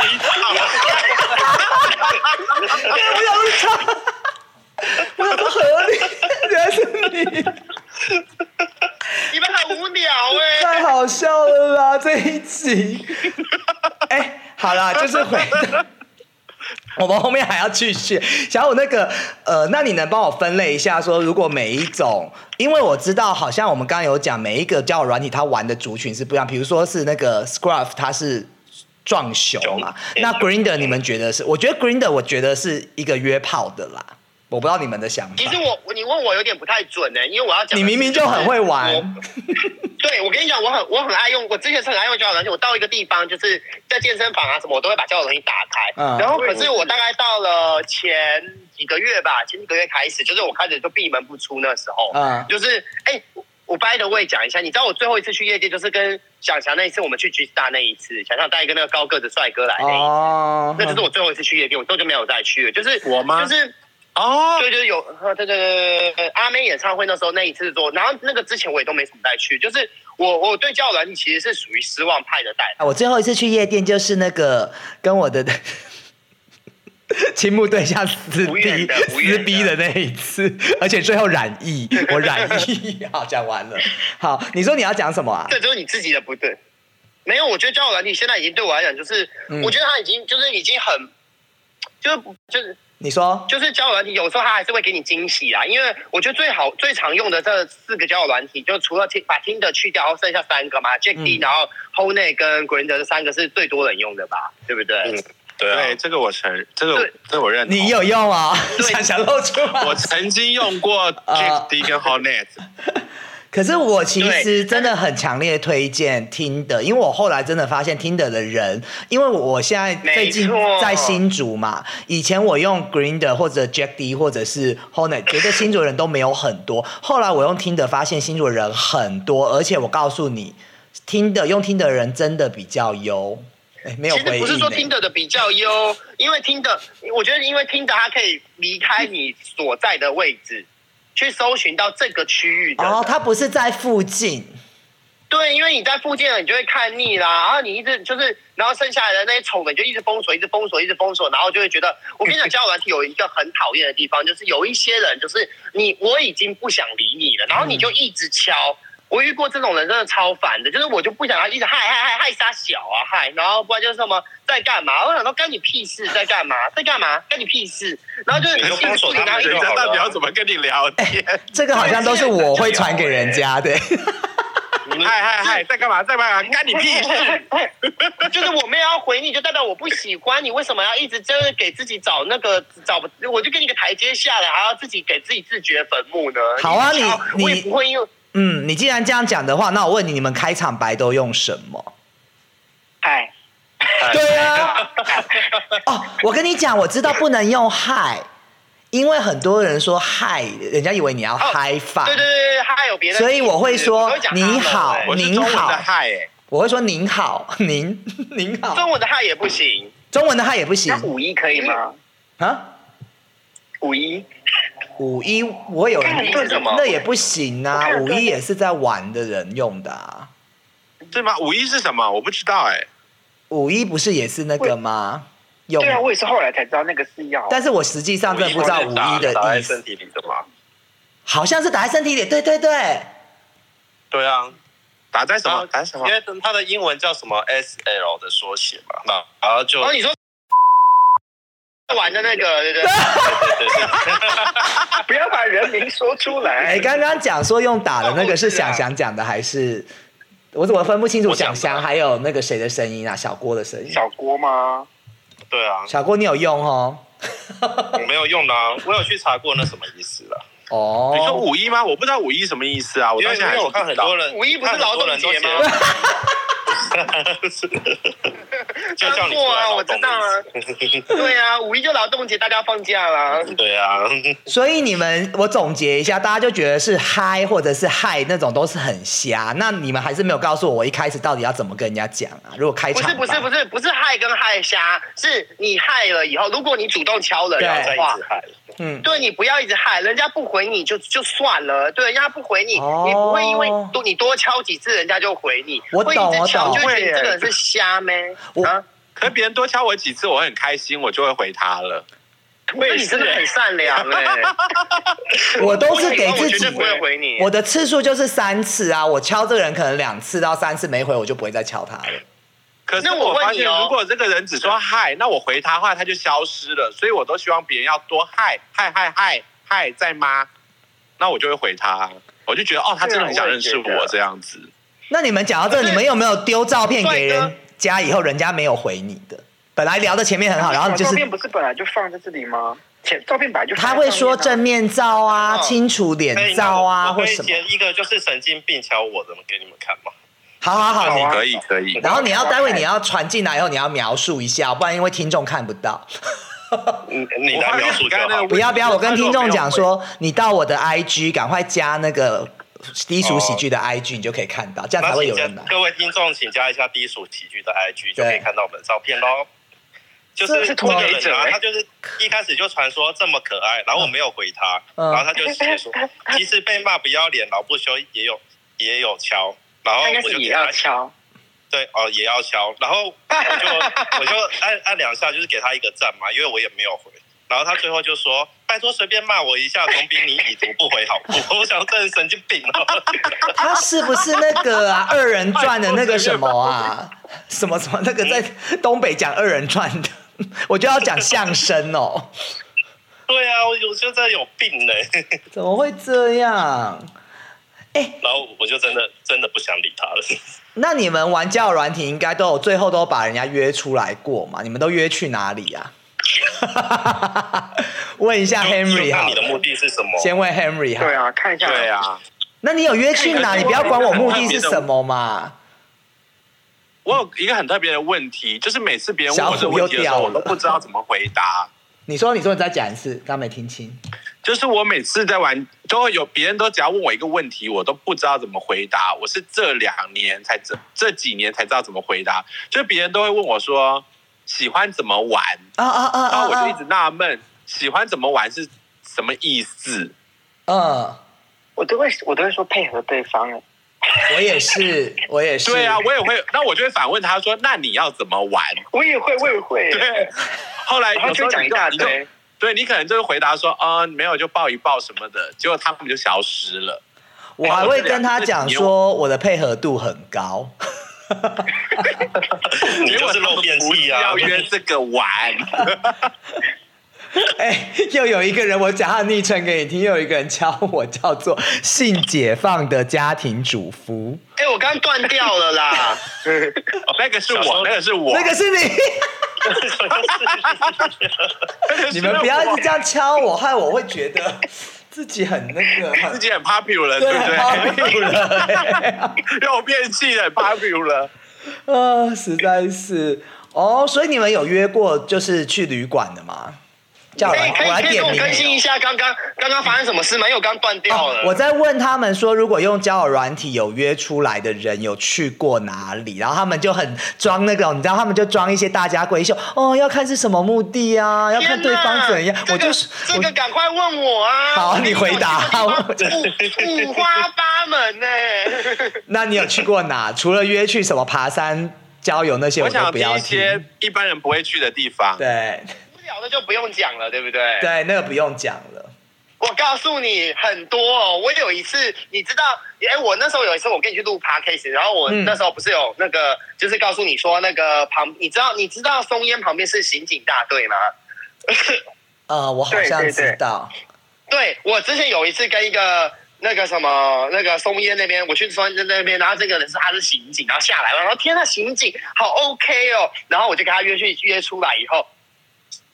[SPEAKER 2] 我想说他，我想说合理，原来是你，
[SPEAKER 1] 你们很无聊哎、
[SPEAKER 2] 太好笑了啦！这一 集，哎、好啦，就是回到。我们后面还要继续，小五那个，呃，那你能帮我分类一下说如果每一种，因为我知道好像我们刚刚有讲，每一个交友软体它玩的族群是不一样，比如说是那个 Scruff，它是壮熊嘛，
[SPEAKER 3] 熊
[SPEAKER 2] 那
[SPEAKER 3] 嗯
[SPEAKER 2] Grinder 你们觉得是？我觉得 Grinder 我觉得是一个约炮的啦，我不知道你们的想法。
[SPEAKER 1] 其实我你问我有点不太准呢、因为我要讲的
[SPEAKER 2] 你明明就很会玩，
[SPEAKER 1] 对，我跟你讲，我很我很爱用，我之前是很爱用交友软件。我到一个地方，就是在健身房啊什么，我都会把交友软件打开。
[SPEAKER 2] 嗯
[SPEAKER 1] 然后，可是我大概到了前几个月吧，前几个月开始，就是我开始就闭门不出那时候。
[SPEAKER 2] 嗯
[SPEAKER 1] 就是哎、我我 by the way 讲一下，你知道我最后一次去夜店，就是跟想想那一次，我们去 G Star 那一次，想想带一个那个高个子帅哥来那一次，
[SPEAKER 2] 哦，
[SPEAKER 1] 那就是我最后一次去夜店，我之后就没有再去了。就是
[SPEAKER 4] 我吗
[SPEAKER 1] 就是。
[SPEAKER 4] 哦，
[SPEAKER 1] 对，就是有，呃对对对对对，阿妹演唱会那时候那一次做，然后那个之前我也都没什么带去，就是我我对交友软件其实是属于失望派的带，
[SPEAKER 2] 啊我最后一次去夜店就是那个跟我的青木对象撕
[SPEAKER 1] 无
[SPEAKER 2] 逼
[SPEAKER 1] 缘的无缘
[SPEAKER 2] 撕
[SPEAKER 1] 的
[SPEAKER 2] 逼的那一次，而且最后染 疫，我染疫， 好讲完了。好，你说你要讲什么啊？
[SPEAKER 1] 这就是你自己的不对。没有，我觉得交友软件现在已经对我来讲，就是、
[SPEAKER 2] 嗯
[SPEAKER 1] 我觉得它已经就是已经很，就是就是
[SPEAKER 2] 你说
[SPEAKER 1] 就是交友软体，有时候它还是会给你惊喜啊。因为我觉得最好最常用的这四个交友软体，就除了听把听的去掉，然后剩下三个嘛，Jack D，、
[SPEAKER 2] 嗯
[SPEAKER 1] 然后 h o n e 跟 Grinder 这三个是最多人用的吧，对不对？
[SPEAKER 3] 嗯对啊
[SPEAKER 4] 对，，这个我承认，这个
[SPEAKER 1] 对
[SPEAKER 4] 这个我认同。
[SPEAKER 2] 你有用啊？
[SPEAKER 1] 对
[SPEAKER 2] 想想露出
[SPEAKER 4] 我
[SPEAKER 2] 来。
[SPEAKER 4] 曾经 用过
[SPEAKER 2] 呃
[SPEAKER 4] Jack D 跟 Hornet，
[SPEAKER 2] 可是我其实真的很强烈推荐听的，因为我后来真的发现听的的人，因为我现在最
[SPEAKER 1] 没
[SPEAKER 2] 近
[SPEAKER 1] 错
[SPEAKER 2] 在新竹嘛，
[SPEAKER 1] 嗯
[SPEAKER 2] 以前我用 Grinder 或者 Jack D 或者是 Hornet，觉得新竹人都没有很多。后来我用听的发现新竹人很多，而且我告诉你，听的用听的人真的比较优。哎，没有
[SPEAKER 1] 其实
[SPEAKER 2] 回应、
[SPEAKER 1] 不是说
[SPEAKER 2] 欸
[SPEAKER 1] 听的的比较优，因为听的，我觉得因为听的它可以离开你所在的位置，去搜寻到这个区域的人。啊
[SPEAKER 2] 哦，他不是在附近。
[SPEAKER 1] 对，因为你在附近了，你就会看腻啦，然后你一直就是，然后剩下来的那些丑的，你就一直封锁，一直封锁，一直封锁，然后就会觉得，我跟你讲，交友软体有一个很讨厌的地方，就是有一些人，就是你我已经不想理你
[SPEAKER 3] 嗯
[SPEAKER 1] 了，然后你就一直敲。我遇过这种人真的超烦的，就是我就不想要一直嗨嗨嗨嗨傻小啊嗨，然后不然就是什么在干嘛？我想说干你屁事，在干嘛？在干嘛？干你屁事！然后就是
[SPEAKER 3] 你就封锁他们
[SPEAKER 1] 一直
[SPEAKER 3] 就
[SPEAKER 1] 不理
[SPEAKER 4] 人
[SPEAKER 1] 然后
[SPEAKER 4] 家
[SPEAKER 1] 一直
[SPEAKER 4] 到底要怎么跟你聊 天？
[SPEAKER 2] 这个好像都是我会传给人家的，
[SPEAKER 4] 嗨嗨嗨，在干嘛？在干嘛？干你屁事！
[SPEAKER 1] 就是我没有要回你，就代表我不喜欢你。为什么要一直就是给自己找那个找不？我就给你个台阶下来，还要自己给自己自掘坟墓呢？
[SPEAKER 2] 好啊你
[SPEAKER 1] 我也不会用
[SPEAKER 2] 嗯，你既然这样讲的话，那我问你，你们开场白都用什么？
[SPEAKER 5] 嗨，
[SPEAKER 1] 哎
[SPEAKER 2] 对 啊，哦，我跟你讲，我知道不能用嗨，因为很多人说嗨，人家以为你要嗨饭、
[SPEAKER 1] 哦对对对对，还有别的意思，
[SPEAKER 2] 啊所以我会说
[SPEAKER 1] 我会讲
[SPEAKER 2] 你好
[SPEAKER 1] hello，
[SPEAKER 4] 我是中文的嗨哎，
[SPEAKER 2] 我会说您好， 您您
[SPEAKER 1] 欸
[SPEAKER 2] 好，
[SPEAKER 1] 中文的嗨也不行，
[SPEAKER 2] 中文的嗨也不行
[SPEAKER 5] 那五一可以吗？
[SPEAKER 2] 啊。
[SPEAKER 5] 五一
[SPEAKER 2] 五一我有人
[SPEAKER 1] 看你是什么
[SPEAKER 2] 那也不行啊，
[SPEAKER 5] 我看
[SPEAKER 2] 五一也是在玩的人用的啊。
[SPEAKER 4] 是吗？五一是什么？我不知道哎。
[SPEAKER 2] 五一不是也是那个吗？用
[SPEAKER 5] 对，啊，我也是后来才知道那个是药。
[SPEAKER 2] 但是我实际上真的不知道五一
[SPEAKER 3] 打
[SPEAKER 2] 的
[SPEAKER 3] 在
[SPEAKER 2] 意
[SPEAKER 3] 身
[SPEAKER 2] 思，
[SPEAKER 3] 体里的嘛。
[SPEAKER 2] 好像是打在身体里，对对对。
[SPEAKER 3] 对啊，
[SPEAKER 4] 打在什么？
[SPEAKER 3] 啊
[SPEAKER 4] 打在什么
[SPEAKER 3] 因？为它的英文叫什么 S L 的缩写嘛，那然后就
[SPEAKER 1] 然后哦 你说玩的那个，对不对？
[SPEAKER 3] 对对对，
[SPEAKER 5] 不要把人名说出
[SPEAKER 2] 哎，
[SPEAKER 5] 来。
[SPEAKER 2] 刚刚讲说用打的那个是想想讲的还是？我怎么分不清楚
[SPEAKER 3] 我讲
[SPEAKER 2] 想
[SPEAKER 3] 的
[SPEAKER 2] 想还有那个谁的声音啊？小郭的声音。
[SPEAKER 5] 小郭吗？
[SPEAKER 3] 对啊，
[SPEAKER 2] 小郭，你有用哦？
[SPEAKER 3] 我没有用的啊，我有去查过那什么意思了，
[SPEAKER 2] 哦，
[SPEAKER 4] 你说五一吗？我不知道五一什么意思啊！我
[SPEAKER 3] 因
[SPEAKER 4] 到
[SPEAKER 3] 为
[SPEAKER 4] 现
[SPEAKER 3] 因
[SPEAKER 4] 在还
[SPEAKER 3] 为
[SPEAKER 4] 是
[SPEAKER 3] 我看
[SPEAKER 4] 不
[SPEAKER 3] 很
[SPEAKER 4] 知道
[SPEAKER 3] 多人，
[SPEAKER 1] 五一不是劳动节吗
[SPEAKER 3] 吗？就叫你出来
[SPEAKER 1] 啊，
[SPEAKER 3] 劳
[SPEAKER 1] 我知
[SPEAKER 3] 动
[SPEAKER 1] 道啊
[SPEAKER 3] 的意思。，
[SPEAKER 1] 对啊，五一就劳动节，大家放假啦。
[SPEAKER 3] 对啊，
[SPEAKER 2] 所以你们，我总结一下，大家就觉得是嗨或者是嗨那种都是很瞎。那你们还是没有告诉我，我一开始到底要怎么跟人家讲啊？如果开
[SPEAKER 1] 不
[SPEAKER 2] 场
[SPEAKER 1] 是不是不
[SPEAKER 2] 是，
[SPEAKER 1] 是不是害跟害虾，是你害了以后，如果你主动敲了
[SPEAKER 2] 对
[SPEAKER 1] 人
[SPEAKER 3] 再
[SPEAKER 1] 的
[SPEAKER 3] 一
[SPEAKER 1] 话
[SPEAKER 3] 直，嗨，
[SPEAKER 2] 嗯，
[SPEAKER 1] 对你不要一直害，人家不回你就就算了，对，人家不回你，
[SPEAKER 2] 哦
[SPEAKER 1] 你不会因为多你多敲几次人家就回你，
[SPEAKER 2] 我懂
[SPEAKER 1] 会一直敲
[SPEAKER 2] 我懂
[SPEAKER 1] 就会觉得你这个人是瞎咩？
[SPEAKER 2] 我
[SPEAKER 1] 啊，
[SPEAKER 4] 可是别人多敲我几次，我会很开心，我就会回他了。
[SPEAKER 1] 我你真的很善良 哎、
[SPEAKER 2] 我都是给
[SPEAKER 1] 我
[SPEAKER 2] 自
[SPEAKER 1] 绝
[SPEAKER 2] 己
[SPEAKER 1] 对，不会回你。
[SPEAKER 2] 我的次数就是三次啊。我敲这个人可能两次到三次没回，我就不会再敲他了。
[SPEAKER 4] 可是
[SPEAKER 1] 那我
[SPEAKER 4] 我发
[SPEAKER 1] 问你
[SPEAKER 4] 现，
[SPEAKER 1] 哦
[SPEAKER 4] 如果这个人只说嗨，那我回他的话，他就消失了。所以我都希望别人要多嗨嗨嗨嗨嗨，在吗？那我就会回他，我就觉得哦，他真的很想认识
[SPEAKER 1] 对啊我也觉
[SPEAKER 4] 我
[SPEAKER 1] 得
[SPEAKER 4] 这样子。
[SPEAKER 2] 那你们讲到这，
[SPEAKER 1] 可是
[SPEAKER 2] 你们有没有丢照片给
[SPEAKER 1] 帅哥
[SPEAKER 2] 人家以后，人家没有回你的？本来聊的前面很好，然后你就
[SPEAKER 5] 照
[SPEAKER 2] 是
[SPEAKER 5] 片不是本来就放在这里吗？前照片本来就放
[SPEAKER 2] 他
[SPEAKER 5] 在
[SPEAKER 2] 会
[SPEAKER 5] 上面
[SPEAKER 2] 说
[SPEAKER 5] 啊
[SPEAKER 2] 正面照啊、
[SPEAKER 1] 嗯
[SPEAKER 2] 清楚脸照啊，
[SPEAKER 3] 可
[SPEAKER 2] 或
[SPEAKER 3] 以
[SPEAKER 2] 什么。
[SPEAKER 3] 截一个就是神经病敲我的给你们看吗？
[SPEAKER 2] 好好好，
[SPEAKER 5] 好啊
[SPEAKER 4] 可以可以，
[SPEAKER 2] 然后你要待会
[SPEAKER 5] 好
[SPEAKER 2] 你要传进来以后，你要描述一下，不然因为听众看不到。
[SPEAKER 3] 你你来描述就好。
[SPEAKER 2] 不要不要，我跟听众讲，说，你到我的 IG 赶快加那个低俗喜剧的 IG，你就可以看到，这样才
[SPEAKER 3] 那
[SPEAKER 2] 会
[SPEAKER 3] 请
[SPEAKER 2] 有
[SPEAKER 3] 加
[SPEAKER 2] 人买。
[SPEAKER 3] 各位听众，请加一下低俗喜剧的 IG，就可以看到我们的照片喽。就是
[SPEAKER 2] 这
[SPEAKER 3] 这
[SPEAKER 2] 是
[SPEAKER 3] 个
[SPEAKER 2] 拖
[SPEAKER 5] 累
[SPEAKER 3] 人
[SPEAKER 5] 者
[SPEAKER 3] 啊，
[SPEAKER 5] 欸
[SPEAKER 3] 他就是一开始就传说这么可爱，然后我没有回他，
[SPEAKER 2] 嗯
[SPEAKER 3] 然后他就写说，其实被骂不要脸，老不休也有也有敲，然后
[SPEAKER 5] 他应该
[SPEAKER 3] 我
[SPEAKER 5] 是
[SPEAKER 3] 就给
[SPEAKER 5] 也
[SPEAKER 3] 他
[SPEAKER 5] 要敲，
[SPEAKER 3] 对哦，也要敲，然后我就我就按按两下，就是给他一个赞嘛，因为我也没有回。然后他最后就说：“拜托随便骂我一下，总比你已读不回好。” 我我想这人神经病哦。
[SPEAKER 2] 他是不是那个啊二人转的那个什么啊？什么什么那个在东北讲二人转的， 我就要讲相声哦，
[SPEAKER 3] 对啊，我我就真的有病呢。
[SPEAKER 2] 怎么会这样？
[SPEAKER 3] 然后我就真的真的不想理他 了。
[SPEAKER 2] 那你们玩交友软体应该都有最后都把人家约出来过嘛？你们都约去哪里啊？ 问一下
[SPEAKER 3] 就
[SPEAKER 2] Henry
[SPEAKER 3] 看
[SPEAKER 2] 好
[SPEAKER 3] 你的
[SPEAKER 2] 了，
[SPEAKER 3] 目的是什么？
[SPEAKER 2] 先问 Henry 好了
[SPEAKER 5] 对。啊，看一下，
[SPEAKER 4] 对，啊，
[SPEAKER 2] 那你有约去哪？
[SPEAKER 4] 看
[SPEAKER 2] 你不要管我目的是什么嘛。
[SPEAKER 4] 我有一个很特别的问题，就是每次别人问我这
[SPEAKER 2] 小
[SPEAKER 4] 个
[SPEAKER 2] 虎又
[SPEAKER 4] 问题的时候，
[SPEAKER 2] 掉
[SPEAKER 4] 我
[SPEAKER 2] 了
[SPEAKER 4] 都不知道怎么回答。
[SPEAKER 2] 你说，你说，你再讲一次，刚没听清。
[SPEAKER 4] 就是我每次在玩，都会有别人都只要问我一个问题，我都不知道怎么回答。我是这两年才这这几年才知道怎么回答，就别人都会问我说喜欢怎么玩，
[SPEAKER 2] 啊啊啊
[SPEAKER 5] 哦
[SPEAKER 4] 然
[SPEAKER 2] 啊！
[SPEAKER 4] 后我就一
[SPEAKER 2] 啊
[SPEAKER 4] 直纳闷，喜欢怎么玩是什么意思？
[SPEAKER 2] 嗯，
[SPEAKER 5] 我都会我都会说配合对方，哎
[SPEAKER 2] 我 也是，我也是。
[SPEAKER 4] 对啊，我也会，那我就会反问他说，那你要怎么玩？
[SPEAKER 5] 我也会，我也会，
[SPEAKER 4] 对，后来
[SPEAKER 5] 然后
[SPEAKER 4] 有时
[SPEAKER 5] 就
[SPEAKER 4] 候
[SPEAKER 5] 讲
[SPEAKER 4] 你
[SPEAKER 5] 一大
[SPEAKER 4] 就你
[SPEAKER 5] 堆
[SPEAKER 4] 就，对你可能就是回答说，啊、没有就抱一抱什么的，结果他们就消失了。
[SPEAKER 2] 我还会跟他讲说，我的配合度很高。
[SPEAKER 3] 你就是
[SPEAKER 4] 结果他们
[SPEAKER 3] 漏电
[SPEAKER 4] 不是
[SPEAKER 3] 器啊
[SPEAKER 4] 要！约这个玩。
[SPEAKER 2] 哎，又有一个人，我讲他的昵称给你听，又有一个人敲我叫做“性解放的家庭主妇
[SPEAKER 1] 哎、我刚断掉了啦，
[SPEAKER 4] 哦那个是
[SPEAKER 3] 小时
[SPEAKER 4] 我
[SPEAKER 3] 候，
[SPEAKER 4] 那个是”，我，
[SPEAKER 2] 那个是 你。你们不要一直这样敲我，害我会觉得自己很那个，
[SPEAKER 4] 自
[SPEAKER 2] 很
[SPEAKER 4] 己很 popular，对
[SPEAKER 2] 对，啊很
[SPEAKER 4] 不
[SPEAKER 2] 暴露了、哎
[SPEAKER 4] 对？又变气了，popular。
[SPEAKER 2] 啊，实在是哦，所以你们有约过就是去旅馆的吗？叫我
[SPEAKER 1] 可以
[SPEAKER 2] 来，
[SPEAKER 1] 哎可
[SPEAKER 2] 我来
[SPEAKER 1] 以可以
[SPEAKER 2] 点
[SPEAKER 1] 跟我
[SPEAKER 2] 名
[SPEAKER 1] 更新一下刚刚刚刚发生什么事吗？因为我刚断掉
[SPEAKER 2] 哦
[SPEAKER 1] 了。。
[SPEAKER 2] 我在问他们说，如果用交友软体有约出来的人有去过哪里，然后他们就很装那种，你知道，他们就装一些大家闺秀哦，要看是什么目的啊，要
[SPEAKER 1] 天
[SPEAKER 2] 看
[SPEAKER 1] 哪
[SPEAKER 2] 对方怎样。
[SPEAKER 1] 这
[SPEAKER 2] 我
[SPEAKER 1] 个
[SPEAKER 2] 就是
[SPEAKER 1] 这
[SPEAKER 2] 我
[SPEAKER 1] 个，赶快问我啊！
[SPEAKER 2] 好你回答
[SPEAKER 1] 我跟你讲这个地方五五花八门欸呢、
[SPEAKER 2] 那你有去过哪？除了约去什么爬山、郊游那些，
[SPEAKER 4] 我
[SPEAKER 2] 都
[SPEAKER 4] 想
[SPEAKER 2] 不
[SPEAKER 4] 听
[SPEAKER 2] 要
[SPEAKER 4] 一些
[SPEAKER 2] 听。
[SPEAKER 4] 一般人不会去的地方。
[SPEAKER 2] 对
[SPEAKER 1] 无聊的就不用讲了，对不对？
[SPEAKER 2] 对，那个不用讲了。
[SPEAKER 1] 我告诉你很多哦，我有一次，你知道，哎，我那时候有一次我跟你去录 podcast，然后我
[SPEAKER 2] 嗯
[SPEAKER 1] 那时候不是有那个，就是告诉你说那个旁，你知道你知道松烟旁边是刑警大队吗？
[SPEAKER 2] 呃，我好
[SPEAKER 5] 对
[SPEAKER 2] 像
[SPEAKER 5] 对
[SPEAKER 2] 知
[SPEAKER 5] 对
[SPEAKER 2] 道。
[SPEAKER 1] 对我之前有一次跟一个那个什么那个松烟那边，我去松烟那边，然后这个人是他是刑警，然后下来了，然后天呐，刑警好 OK 哦，然后我就跟他约去约出来以后。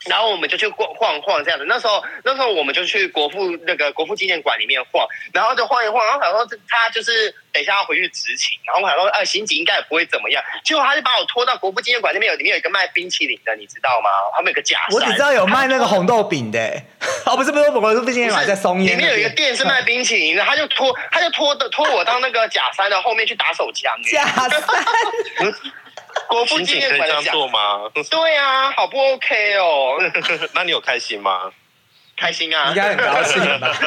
[SPEAKER 1] 然后我们就去逛晃晃这样子，那时候那时候我们就去国父那个国父纪念馆里面晃，然后就晃一晃，然后想说这他就是等一下要回去执勤，然后我想说呃刑警应该也不会怎么样，结果他就把我拖到国父纪念馆那边有里面有一个卖冰淇淋的，你知道吗？他们有个假山，
[SPEAKER 2] 我只知道有卖那个红豆饼的、欸，哦，不是不是，我是不是买在松
[SPEAKER 1] 里
[SPEAKER 2] 烟
[SPEAKER 1] 面
[SPEAKER 2] 那
[SPEAKER 1] 有一个
[SPEAKER 2] 边。
[SPEAKER 1] 店是卖冰淇淋的，他就拖他就拖的拖我到那个假山的后面去打手枪、欸，
[SPEAKER 2] 假山，
[SPEAKER 1] 国父
[SPEAKER 3] 刑
[SPEAKER 1] 纪
[SPEAKER 3] 警
[SPEAKER 1] 念
[SPEAKER 3] 可以
[SPEAKER 1] 馆
[SPEAKER 3] 这
[SPEAKER 1] 的
[SPEAKER 3] 样
[SPEAKER 1] 假。
[SPEAKER 3] 做吗？
[SPEAKER 1] 对啊，好不 OK 哦。
[SPEAKER 3] 那你有开心吗？
[SPEAKER 1] 开心啊
[SPEAKER 2] 应，该很高兴吧？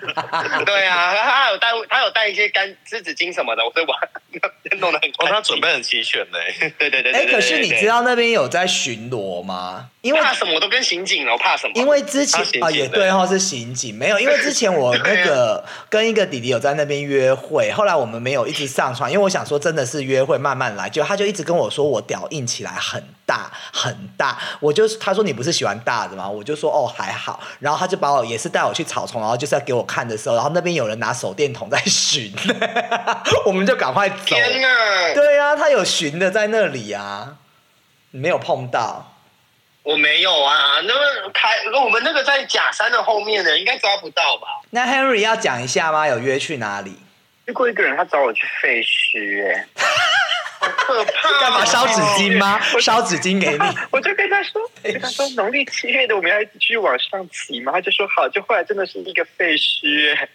[SPEAKER 1] 对啊，他他有带他有带一些干湿纸巾什么的，所以我 弄得很
[SPEAKER 3] 哦，他
[SPEAKER 1] 干
[SPEAKER 3] 准
[SPEAKER 1] 净。
[SPEAKER 3] 备很齐全呢、
[SPEAKER 1] 对对对对
[SPEAKER 2] 哎，
[SPEAKER 1] 对
[SPEAKER 2] 可是你知
[SPEAKER 1] 道，
[SPEAKER 2] 道那边有在巡逻吗？因为
[SPEAKER 1] 怕什么我都跟刑警了，我怕什么？
[SPEAKER 2] 因为之前
[SPEAKER 3] 他刑
[SPEAKER 2] 啊，
[SPEAKER 3] 警
[SPEAKER 2] 也
[SPEAKER 3] 的
[SPEAKER 2] 对哦，是刑警没有，因为之前我那个跟一个弟弟有在那边约会，后来我们没有一直上床，因为我想说真的是约会慢慢来，就他就一直跟我说我屌硬起来很大很大，我就他说你不是喜欢大的吗？我就说哦还好，然后他就把我也是带我去草丛，然后就是要给我看的时候，然后那边有人拿手电筒在巡， 我们就赶快走。
[SPEAKER 1] 天哪，
[SPEAKER 2] 对啊，他有巡的在那里啊，你没有碰到。
[SPEAKER 1] 我没有啊，那么开我们那个在假山的后面的，应该抓不到吧？
[SPEAKER 2] 那 Henry 要讲一下吗？有约去哪里？
[SPEAKER 5] 遇过一个人，他找我去废墟、哎，
[SPEAKER 1] 可怕哦！
[SPEAKER 2] 干嘛烧纸巾吗？烧纸巾给 你。
[SPEAKER 5] 我就跟他说，我跟他说农历七月的我们要一起去往上骑嘛，他就说好，就后来真的是一个废墟、哎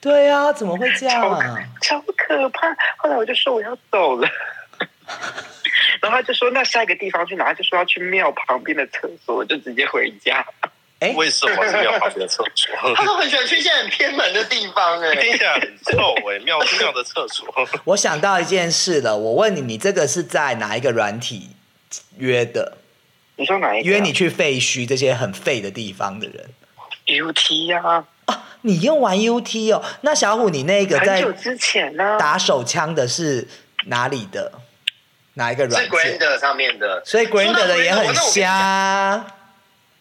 [SPEAKER 2] 对啊，怎么会这样啊？
[SPEAKER 5] 超可怕。后来我就说我要走了，然后他就说那下一个地方去哪？他就说要去庙旁边的厕所，我就直接回家。
[SPEAKER 2] 哎，
[SPEAKER 3] 为什么是庙旁边的厕所？
[SPEAKER 1] 他都很喜欢去一些很偏门的地方 哎、
[SPEAKER 2] 啊
[SPEAKER 3] 听起来很臭哎、庙庙的厕所。
[SPEAKER 2] 我想到一件事了，我问你，你这个是在哪一个软体约的？
[SPEAKER 5] 你说哪一个？
[SPEAKER 2] 约你去废墟这些很废的地方的人
[SPEAKER 5] UT 呀、啊，
[SPEAKER 2] 啊？你用完 UT 哦？那小虎，你那个
[SPEAKER 5] 很久
[SPEAKER 2] 在
[SPEAKER 5] 之前呢、啊。
[SPEAKER 2] 打手枪的是哪里的？哪一个软
[SPEAKER 1] 是
[SPEAKER 2] 件？
[SPEAKER 1] Grander 上面的，
[SPEAKER 2] 所以 Grander 的也
[SPEAKER 1] 那
[SPEAKER 2] 很
[SPEAKER 1] 我跟你
[SPEAKER 2] 瞎
[SPEAKER 1] 讲
[SPEAKER 2] 啊。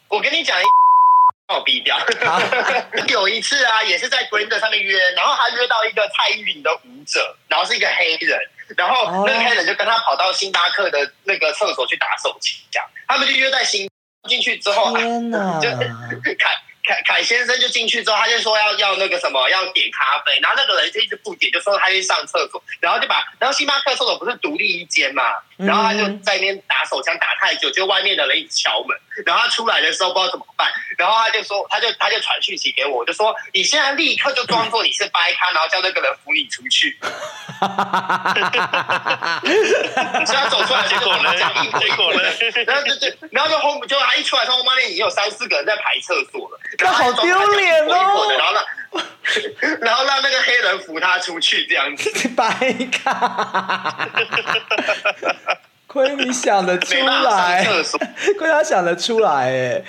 [SPEAKER 1] 我跟你讲一， 把我逼掉
[SPEAKER 2] 好。
[SPEAKER 1] 有一次啊，也是在 Grinder 上面约，然后他约到一个蔡依林的舞者，然后是一个黑人，然后那个黑人就跟他跑到星巴克的那个厕所去打手枪，这样他们就约在星进去之后，
[SPEAKER 2] 天哪！
[SPEAKER 1] 就凯凯凯先生就进去之后，他就说要要那个什么，要点咖啡，然后那个人就一直不点，就说他去上厕所，然后就把，然后星巴克厕所不是独立一间嘛，
[SPEAKER 2] 嗯
[SPEAKER 1] 然后他就在那边打手枪打太久，就外面的人一直敲门，然后他出来的时候不知道怎么办，然后他就说，他就他就传讯息给我，我就说你现在立刻就装作你是掰咖，然后叫那个人扶你出去， 所以他走出来
[SPEAKER 3] 结
[SPEAKER 1] 结
[SPEAKER 3] 果
[SPEAKER 1] 果
[SPEAKER 3] 呢
[SPEAKER 1] 呢，讲一？模一
[SPEAKER 3] 结果
[SPEAKER 1] 模
[SPEAKER 3] 呢
[SPEAKER 1] 的？ 然后就就，然后就后就他一出来之后，妈那已经有三四个人在排厕所 了，
[SPEAKER 2] 这好丢脸哦
[SPEAKER 1] 然后他就一坨一坨的然后让然后让那个黑人扶他出去这样子，
[SPEAKER 2] 白卡，亏你想得出
[SPEAKER 1] 没办法上
[SPEAKER 2] 来，
[SPEAKER 1] 厕所。
[SPEAKER 2] 亏他想得出来哎。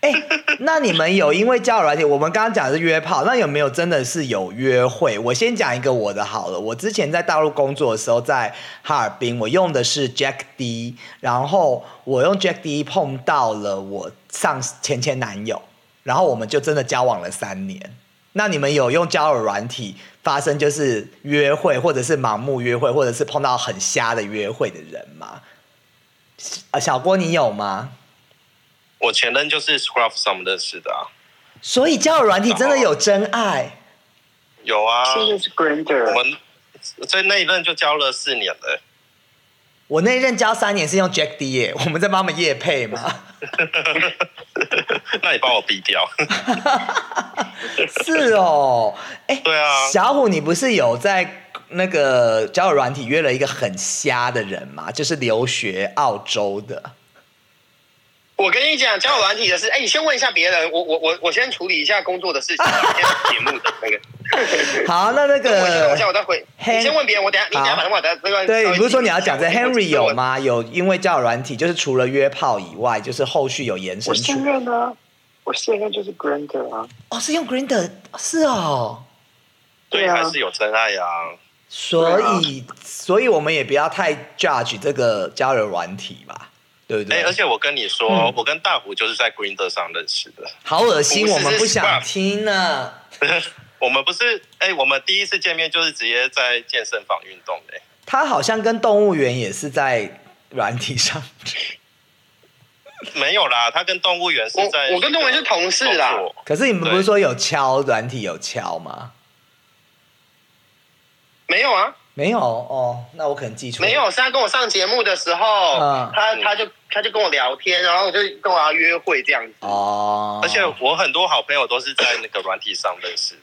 [SPEAKER 2] 哎、那你们有因为交友软件，我们刚刚讲的是约炮，那有没有真的是有约会？我先讲一个我的好了。我之前在大陆工作的时候，在哈尔滨，我用的是 Jack D，然后我用 Jack D 碰到了我上前前男友，然后我们就真的交往了三年。那你们有用交友软体发生就是约会，或者是盲目约会，或者是碰到很瞎的约会的人吗？啊，小郭，你有吗？
[SPEAKER 3] 我前任就是 Scruff 上面认识的啊，
[SPEAKER 2] 所以交友软体真的有真爱，
[SPEAKER 3] 有啊，
[SPEAKER 5] 现在是
[SPEAKER 3] 我
[SPEAKER 5] Grander，
[SPEAKER 3] 们在那一任就交了四年了、
[SPEAKER 2] 我那一任交三年是用 Jack D 耶，我 们在帮他们夜配嘛，
[SPEAKER 3] 那你把我逼掉，
[SPEAKER 2] 是哦，哎、
[SPEAKER 3] 对啊
[SPEAKER 2] 小虎，你不是有在那个交友软体约了一个很瞎的人吗？就是留学澳洲的，
[SPEAKER 1] 我跟你讲，交友软体的事，哎，你先问一下别人，我我我我先处理一下工作的 事情，今天节目的那个。
[SPEAKER 2] 好，那那
[SPEAKER 1] 我先等一下，我
[SPEAKER 2] 个。
[SPEAKER 1] 再回。
[SPEAKER 2] 呃 Hen-
[SPEAKER 1] 你先问别人，我等一下，你等一下把电话打这个。
[SPEAKER 2] 对，你不是说你要讲这 Henry 有
[SPEAKER 1] 我？
[SPEAKER 2] 吗？有，因为交友软体就是除了约炮以外，就是后续有延伸
[SPEAKER 5] 我
[SPEAKER 2] 出
[SPEAKER 5] 现任呢、啊？我现任就是 Grander 啊。
[SPEAKER 2] 哦，是用 Grinder，是哦，
[SPEAKER 3] 对，
[SPEAKER 5] 对啊
[SPEAKER 3] 还是有真爱啊。
[SPEAKER 2] 所以，所以我们也不要太 judge 这个交友软体吧，对不
[SPEAKER 3] 哎、
[SPEAKER 2] 对？
[SPEAKER 3] 而且我跟你说，
[SPEAKER 2] 嗯
[SPEAKER 3] 我跟大虎就是在 Grinder 上认识的。
[SPEAKER 2] 好恶心，
[SPEAKER 1] 不是
[SPEAKER 2] 我们
[SPEAKER 1] 是
[SPEAKER 2] 不想
[SPEAKER 3] Scruff
[SPEAKER 2] 听啊呢。
[SPEAKER 3] 我们不是，哎、我们第一次见面就是直接在健身房运动的、
[SPEAKER 2] 他好像跟动物园也是在软体上，
[SPEAKER 3] 没有啦，他跟动物园是
[SPEAKER 1] 我
[SPEAKER 3] 在
[SPEAKER 1] 我跟东文是同事啦
[SPEAKER 3] 工作
[SPEAKER 2] 可是你们
[SPEAKER 3] 对
[SPEAKER 2] 不是说有敲软体有敲吗？
[SPEAKER 1] 没有啊，
[SPEAKER 2] 没有哦，那我可能记错。
[SPEAKER 1] 没有，是他跟我上节目的时候，
[SPEAKER 2] 嗯
[SPEAKER 1] 他他就他就跟我聊天，然后我就跟我要约会这样子。
[SPEAKER 2] 哦，
[SPEAKER 3] 而且我很多好朋友都是在那个软体上认识的。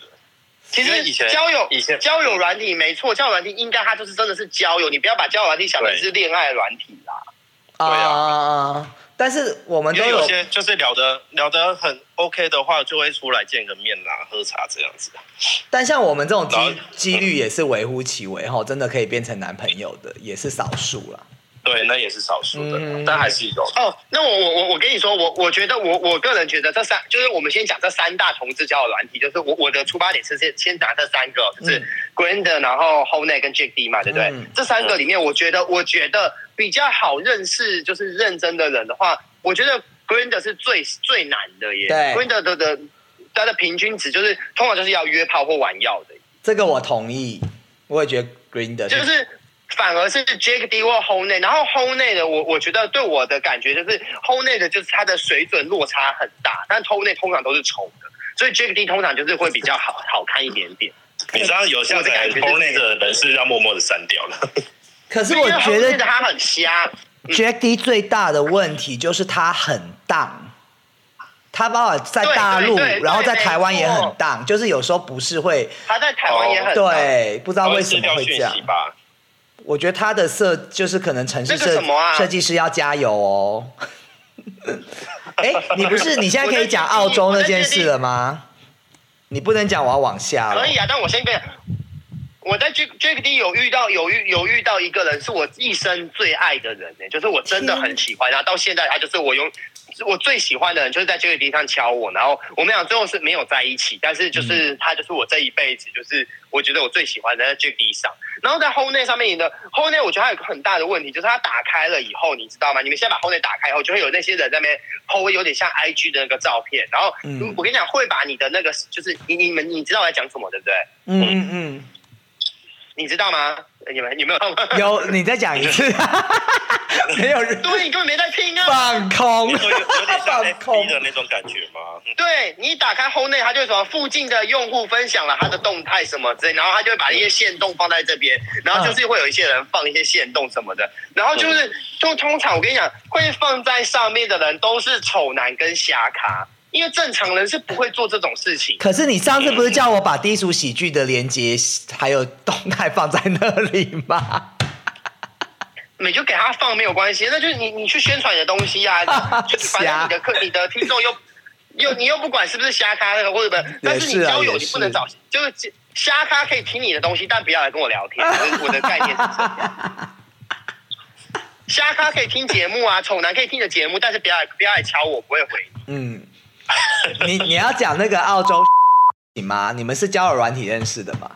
[SPEAKER 1] 其
[SPEAKER 3] 因为
[SPEAKER 1] 实
[SPEAKER 3] 以前
[SPEAKER 1] 交友
[SPEAKER 3] 以前嗯
[SPEAKER 1] 交友软体没错，交友软体应该它就是真的是交友，你不要把交友软体想成
[SPEAKER 3] 对
[SPEAKER 1] 是恋爱软体啦。
[SPEAKER 2] 啊
[SPEAKER 3] 对啊
[SPEAKER 2] 啊，啊但是我们
[SPEAKER 3] 因
[SPEAKER 2] 都
[SPEAKER 3] 为有
[SPEAKER 2] 有
[SPEAKER 3] 些就是聊得聊得很 OK 的话，就会出来见个面啦，喝茶这样子。
[SPEAKER 2] 但像我们这种
[SPEAKER 3] 然后
[SPEAKER 2] 几几率也是微乎其微哈，真的可以变成男朋友的也是少数啦。
[SPEAKER 3] 对，那也是少数的，
[SPEAKER 2] 嗯
[SPEAKER 3] 但还是有。
[SPEAKER 1] 哦，那我我我我跟你说，我我觉得我我个人觉得这三，就是我们先讲这三大同志交友软体，就是我我的出发点是先先拿这三个，就是
[SPEAKER 2] 嗯
[SPEAKER 1] Grinder，然后 h o n e 跟 Jack D 嘛，对不对？
[SPEAKER 2] 嗯
[SPEAKER 1] 这三个里面，我觉得我觉得比较好认识，就是认真的人的话，我觉得 Grinder 是最最难的耶。
[SPEAKER 2] 对
[SPEAKER 1] Grinder 的的它的平均值就是通常就是要约炮或玩药的，
[SPEAKER 2] 这个我同意，我也觉得 Green 的
[SPEAKER 1] 就是反而是 Jack D 或 Home 内，然后 Home 内的我我觉得对我的感觉就是 Home 内的就是它的水准落差很大，但 Home 内通常都是丑的，所以 Jack D 通常就是会比较好好看一点点。
[SPEAKER 3] 你知道有下载
[SPEAKER 1] 我的感觉就是
[SPEAKER 3] Hornet 的人是要默默的删掉了。
[SPEAKER 2] 可是我觉
[SPEAKER 1] 因为 Home 内
[SPEAKER 2] 得
[SPEAKER 1] 的他很瞎，
[SPEAKER 2] Jack D 最大的问题就是他很荡，他把我在大陆，
[SPEAKER 1] 对对对
[SPEAKER 2] 然后在台湾也
[SPEAKER 1] 没
[SPEAKER 2] 很
[SPEAKER 1] 错
[SPEAKER 2] 荡，就是有时候不是会
[SPEAKER 1] 他在台湾也很、，
[SPEAKER 2] 哦
[SPEAKER 1] 哦
[SPEAKER 2] 对，不知道为什
[SPEAKER 3] 撕
[SPEAKER 2] 么
[SPEAKER 3] 掉
[SPEAKER 2] 会这
[SPEAKER 3] 讯
[SPEAKER 2] 样
[SPEAKER 3] 息。 吧。
[SPEAKER 2] 我觉得他的设就是可能城市
[SPEAKER 1] 那个
[SPEAKER 2] 设
[SPEAKER 1] 什么啊
[SPEAKER 2] 设计师要加油哦。 哎，你不是你现在可以讲澳洲那件事了吗？你不能讲我要往下了
[SPEAKER 1] 可。以啊，但我先跟你讲。我在 Jack Jack D 有遇到有遇有遇到一个人，是我一生最爱的人呢、欸就是我真的很喜欢他，到现在他就是我用我最喜欢的人，就是在 Jack D 上敲我，然后我们俩最后是没有在一起，但是就是、他就是我这一辈子，就是我觉得我最喜欢的在 Jack D 上，然后在 h o n e 上面，你的 h o n e 我觉得它有一个很大的问题，就是它打开了以后，你知道吗？你们现在把 h o n e 打开以后，就会有那些人在那边 po 有点像 IG 的那个照片，然后、
[SPEAKER 2] 嗯
[SPEAKER 1] 我跟你讲，会把你的那个就是你你们你知道我在讲什么对不对？
[SPEAKER 2] 嗯嗯
[SPEAKER 1] 你知道吗？你们有没有 看过？
[SPEAKER 2] 嗯，有你再讲一次， 没有人
[SPEAKER 1] 对，你根本没在听啊！
[SPEAKER 2] 放空
[SPEAKER 3] 你，说有有点像
[SPEAKER 2] 放
[SPEAKER 3] FB
[SPEAKER 2] 空
[SPEAKER 3] 的那种感觉吗？
[SPEAKER 1] 对你打开 Home 内，它就会什么附近的用户分享了他的动态什么之类，然后他就会把一些线动放在这边，然后就是会有一些人放一些线动什么的，然后就是就通常我跟你讲，会放在上面的人都是丑男跟瞎咖，因为正常人是不会做这种事情。
[SPEAKER 2] 可是你上次不是叫我把低俗喜剧的连接还有动态放在那里吗？
[SPEAKER 1] 你就给他放没有关系，那就是你你去宣传你的东西 呀、啊，就是反正你的客你的听众又又你又不管是不是瞎咖那个或 者不，但是
[SPEAKER 2] 也
[SPEAKER 1] 你
[SPEAKER 2] 是啊
[SPEAKER 1] 交友
[SPEAKER 2] 也
[SPEAKER 1] 你
[SPEAKER 2] 是
[SPEAKER 1] 不能找就是瞎咖可以听你的东西，但不要来跟我聊 天，就是我的概念是这样。瞎咖可以听节目啊，丑男可以听你的节目，但是不要来不要来敲我，不会回你。
[SPEAKER 2] 嗯，你你要讲那个澳洲你吗？你们是交友软体认识的吗？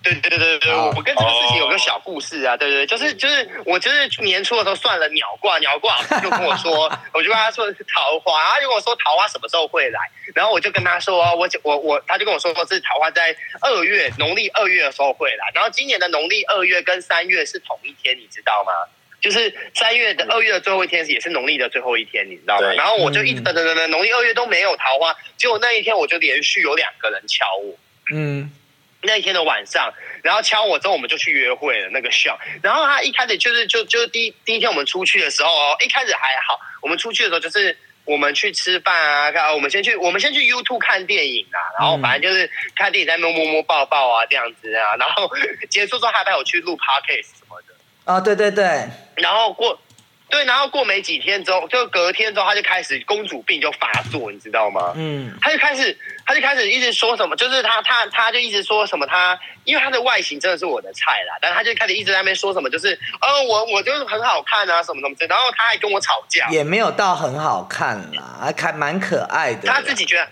[SPEAKER 1] 对对对对对，
[SPEAKER 2] 好哦
[SPEAKER 1] 我我跟这个事情有个小故事啊，对对对，就是就是我就是年初的时候算了鸟卦，鸟卦老师就跟我 说，我就跟他说桃花，他就跟我说桃花什么时候会来，然后我就跟他说，我就我我，他就跟我说是桃花在二月农历二月的时候会来，然后今年的农历二月跟三月是同一天，你知道吗？就是三月的二月的最后一天也是农历的最后一天，你知道吗？
[SPEAKER 3] 对
[SPEAKER 1] 然后我就一直
[SPEAKER 2] 嗯
[SPEAKER 1] 等等等等，农历二月都没有桃花，结果那一天我就连续有两个人敲我。
[SPEAKER 2] 嗯，
[SPEAKER 1] 那一天的晚上，然后敲我之后，我们就去约会了那个 show。然后他一开始就是就就是第一第一天我们出去的时候哦，一开始还好，我们出去的时候就是我们去吃饭啊，看我们先去我们先去 YouTube 看电影啊，然后反正就是看电影在那边摸摸抱抱啊这样子啊，然后结束之后他还带我去录 podcast 什么的。
[SPEAKER 2] 啊，对对对，
[SPEAKER 1] 然后过，对，然后过没几天之后，就隔天之后，他就开始公主病就发作，你知道吗？
[SPEAKER 2] 嗯
[SPEAKER 1] 他就开始，他就开始一直说什么，就是他他他就一直说什么他，因为他的外形真的是我的菜啦，但他就开始一直在那边说什么，就是哦我我就是很好看啊什么什么之类，然后他还跟我吵架，
[SPEAKER 2] 也没有到很好看啦，还看蛮可爱的啦。
[SPEAKER 1] 他自己觉得。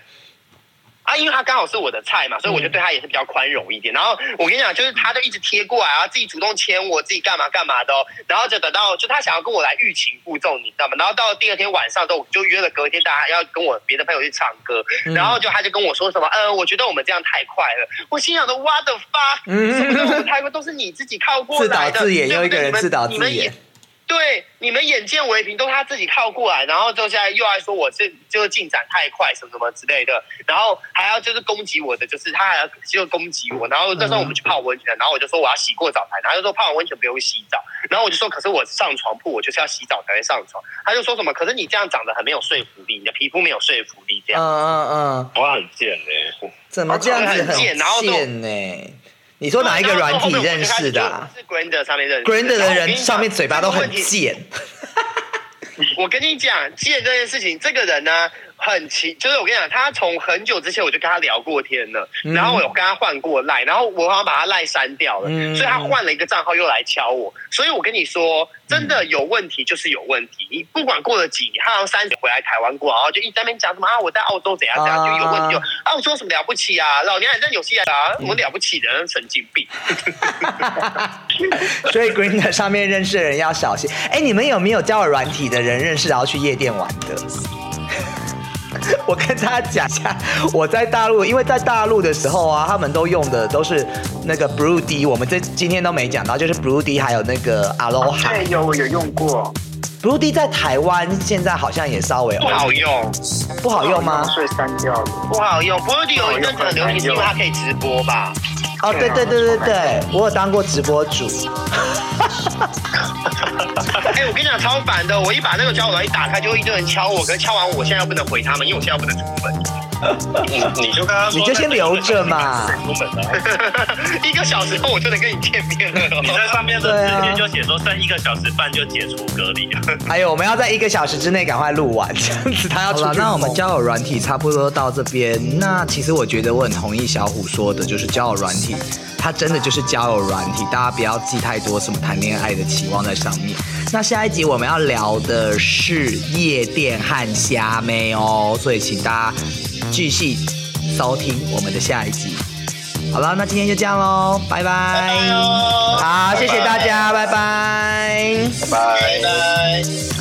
[SPEAKER 1] 啊，因为他刚好是我的菜嘛，所以
[SPEAKER 2] 嗯
[SPEAKER 1] 我就对他也是比较宽容一点。然后我跟你讲，就是他就一直贴过来啊，自己主动牵我，自己干嘛干嘛的、哦。然后就等到就他想要跟我来欲擒故纵，你知道吗？然后到第二天晚上之后，我就约了隔天大家要跟我别的朋友去唱歌，
[SPEAKER 2] 嗯
[SPEAKER 1] 然后就他就跟我说什么，嗯，我觉得我们这样太快了。我心想的，我的发，
[SPEAKER 2] 嗯
[SPEAKER 1] 什么的，我们太快都是你自己靠过
[SPEAKER 2] 自导
[SPEAKER 1] 来的，
[SPEAKER 2] 自演，
[SPEAKER 1] 对
[SPEAKER 2] 又
[SPEAKER 1] 不
[SPEAKER 2] 一个
[SPEAKER 1] 对
[SPEAKER 2] 人自导
[SPEAKER 1] 你们
[SPEAKER 2] 自
[SPEAKER 1] 你们也
[SPEAKER 2] 演。
[SPEAKER 1] 对，你们眼见为凭，都是他自己靠过来，然后就现在又来说我这就是进展太快，什么什么之类的，然后还要就是攻击我的，就是他还要就攻击我，然后那时候我们去泡温泉，然后我就说我要洗过澡才，他就说泡完温泉不用洗澡，然后我就说可是我上床铺我就是要洗澡才会上床，他就说什么可是你这样长得很没有说服力，你的皮肤没有说服力这
[SPEAKER 2] 嗯
[SPEAKER 1] 样，
[SPEAKER 2] 嗯嗯，
[SPEAKER 3] 我很贱哎、
[SPEAKER 2] 怎么这样子
[SPEAKER 1] 很贱然后就
[SPEAKER 2] 贱呢、你说哪一个软体认识的、啊、
[SPEAKER 1] 是 Grinder 上面认识
[SPEAKER 2] g r i n d
[SPEAKER 1] 然
[SPEAKER 2] r
[SPEAKER 1] 后我
[SPEAKER 2] 的
[SPEAKER 1] 跟
[SPEAKER 2] 人
[SPEAKER 1] 你讲
[SPEAKER 2] 上面嘴巴都
[SPEAKER 1] 这个
[SPEAKER 2] 很
[SPEAKER 1] 问题
[SPEAKER 2] 贱，
[SPEAKER 1] 我跟你讲，借这件事情，这个人呢很奇，就是我跟你讲，他从很久之前我就跟他聊过天了，
[SPEAKER 2] 嗯
[SPEAKER 1] 然后我有跟他换过赖，然后我好像把他赖删掉了，
[SPEAKER 2] 嗯
[SPEAKER 1] 所以他换了一个账号又来敲我，所以我跟你说，真的有问题就是有问
[SPEAKER 2] 嗯
[SPEAKER 1] 题，你不管过了几年，他好像三年回来台湾过，然后就一直在那边讲什么啊，我在澳洲怎样怎样，
[SPEAKER 2] 啊
[SPEAKER 1] 就有问题就啊澳洲什么了不起啊，老娘也在纽西兰啊，我了不起的神经
[SPEAKER 2] 嗯
[SPEAKER 1] 病。
[SPEAKER 2] 所以 Green 上面认识的人要小心。哎，你们有没有交友软体的人认识然后去夜店玩的？ 我跟大家讲一下，我在大陆，因为在大陆的时候啊，他们都用的都是那个 Blue D，我们这今天都没讲到，就是 Blue D 还有那个 Aloha。
[SPEAKER 5] 对，有我有用过，
[SPEAKER 2] Blue D 在台湾现在好像也稍微
[SPEAKER 1] 不好用，
[SPEAKER 2] 不好用吗？
[SPEAKER 5] 所以删掉了。
[SPEAKER 1] 不好用。不过有一阵子很流行，是因为它可以直播吧？
[SPEAKER 2] 哦，对对对对对，我有当过直播主。
[SPEAKER 1] 哎、我跟你讲超烦的，我一把那个交友软一打开，就一堆人敲我，可是敲完我现在又不能回他们，因为我现在不能出门，
[SPEAKER 3] 你你就跟他说
[SPEAKER 2] 你就先留着嘛
[SPEAKER 3] 出门啊
[SPEAKER 1] 一个小时后我就能跟你见面了。
[SPEAKER 3] 你在上面的字
[SPEAKER 2] 对啊
[SPEAKER 3] 界就写说剩一个小时半就解除隔离啊。
[SPEAKER 2] 还哎有，我们要在一个小时之内赶快录完， 这样子他要
[SPEAKER 6] 好
[SPEAKER 2] 出
[SPEAKER 6] 了，
[SPEAKER 2] 去。
[SPEAKER 6] 那我们交友软体差不多到这边。那其实我觉得我很同意小虎说的，就是交友软体，它真的就是交友软体，大家不要寄太多什么谈恋爱的期望在上面。那下一集我们要聊的是夜店和虾妹哦，所以请大家继续收听我们的下一集。好了，那今天就这样喽，拜哦拜。好，谢谢大家，拜拜
[SPEAKER 5] 拜拜。
[SPEAKER 1] 拜。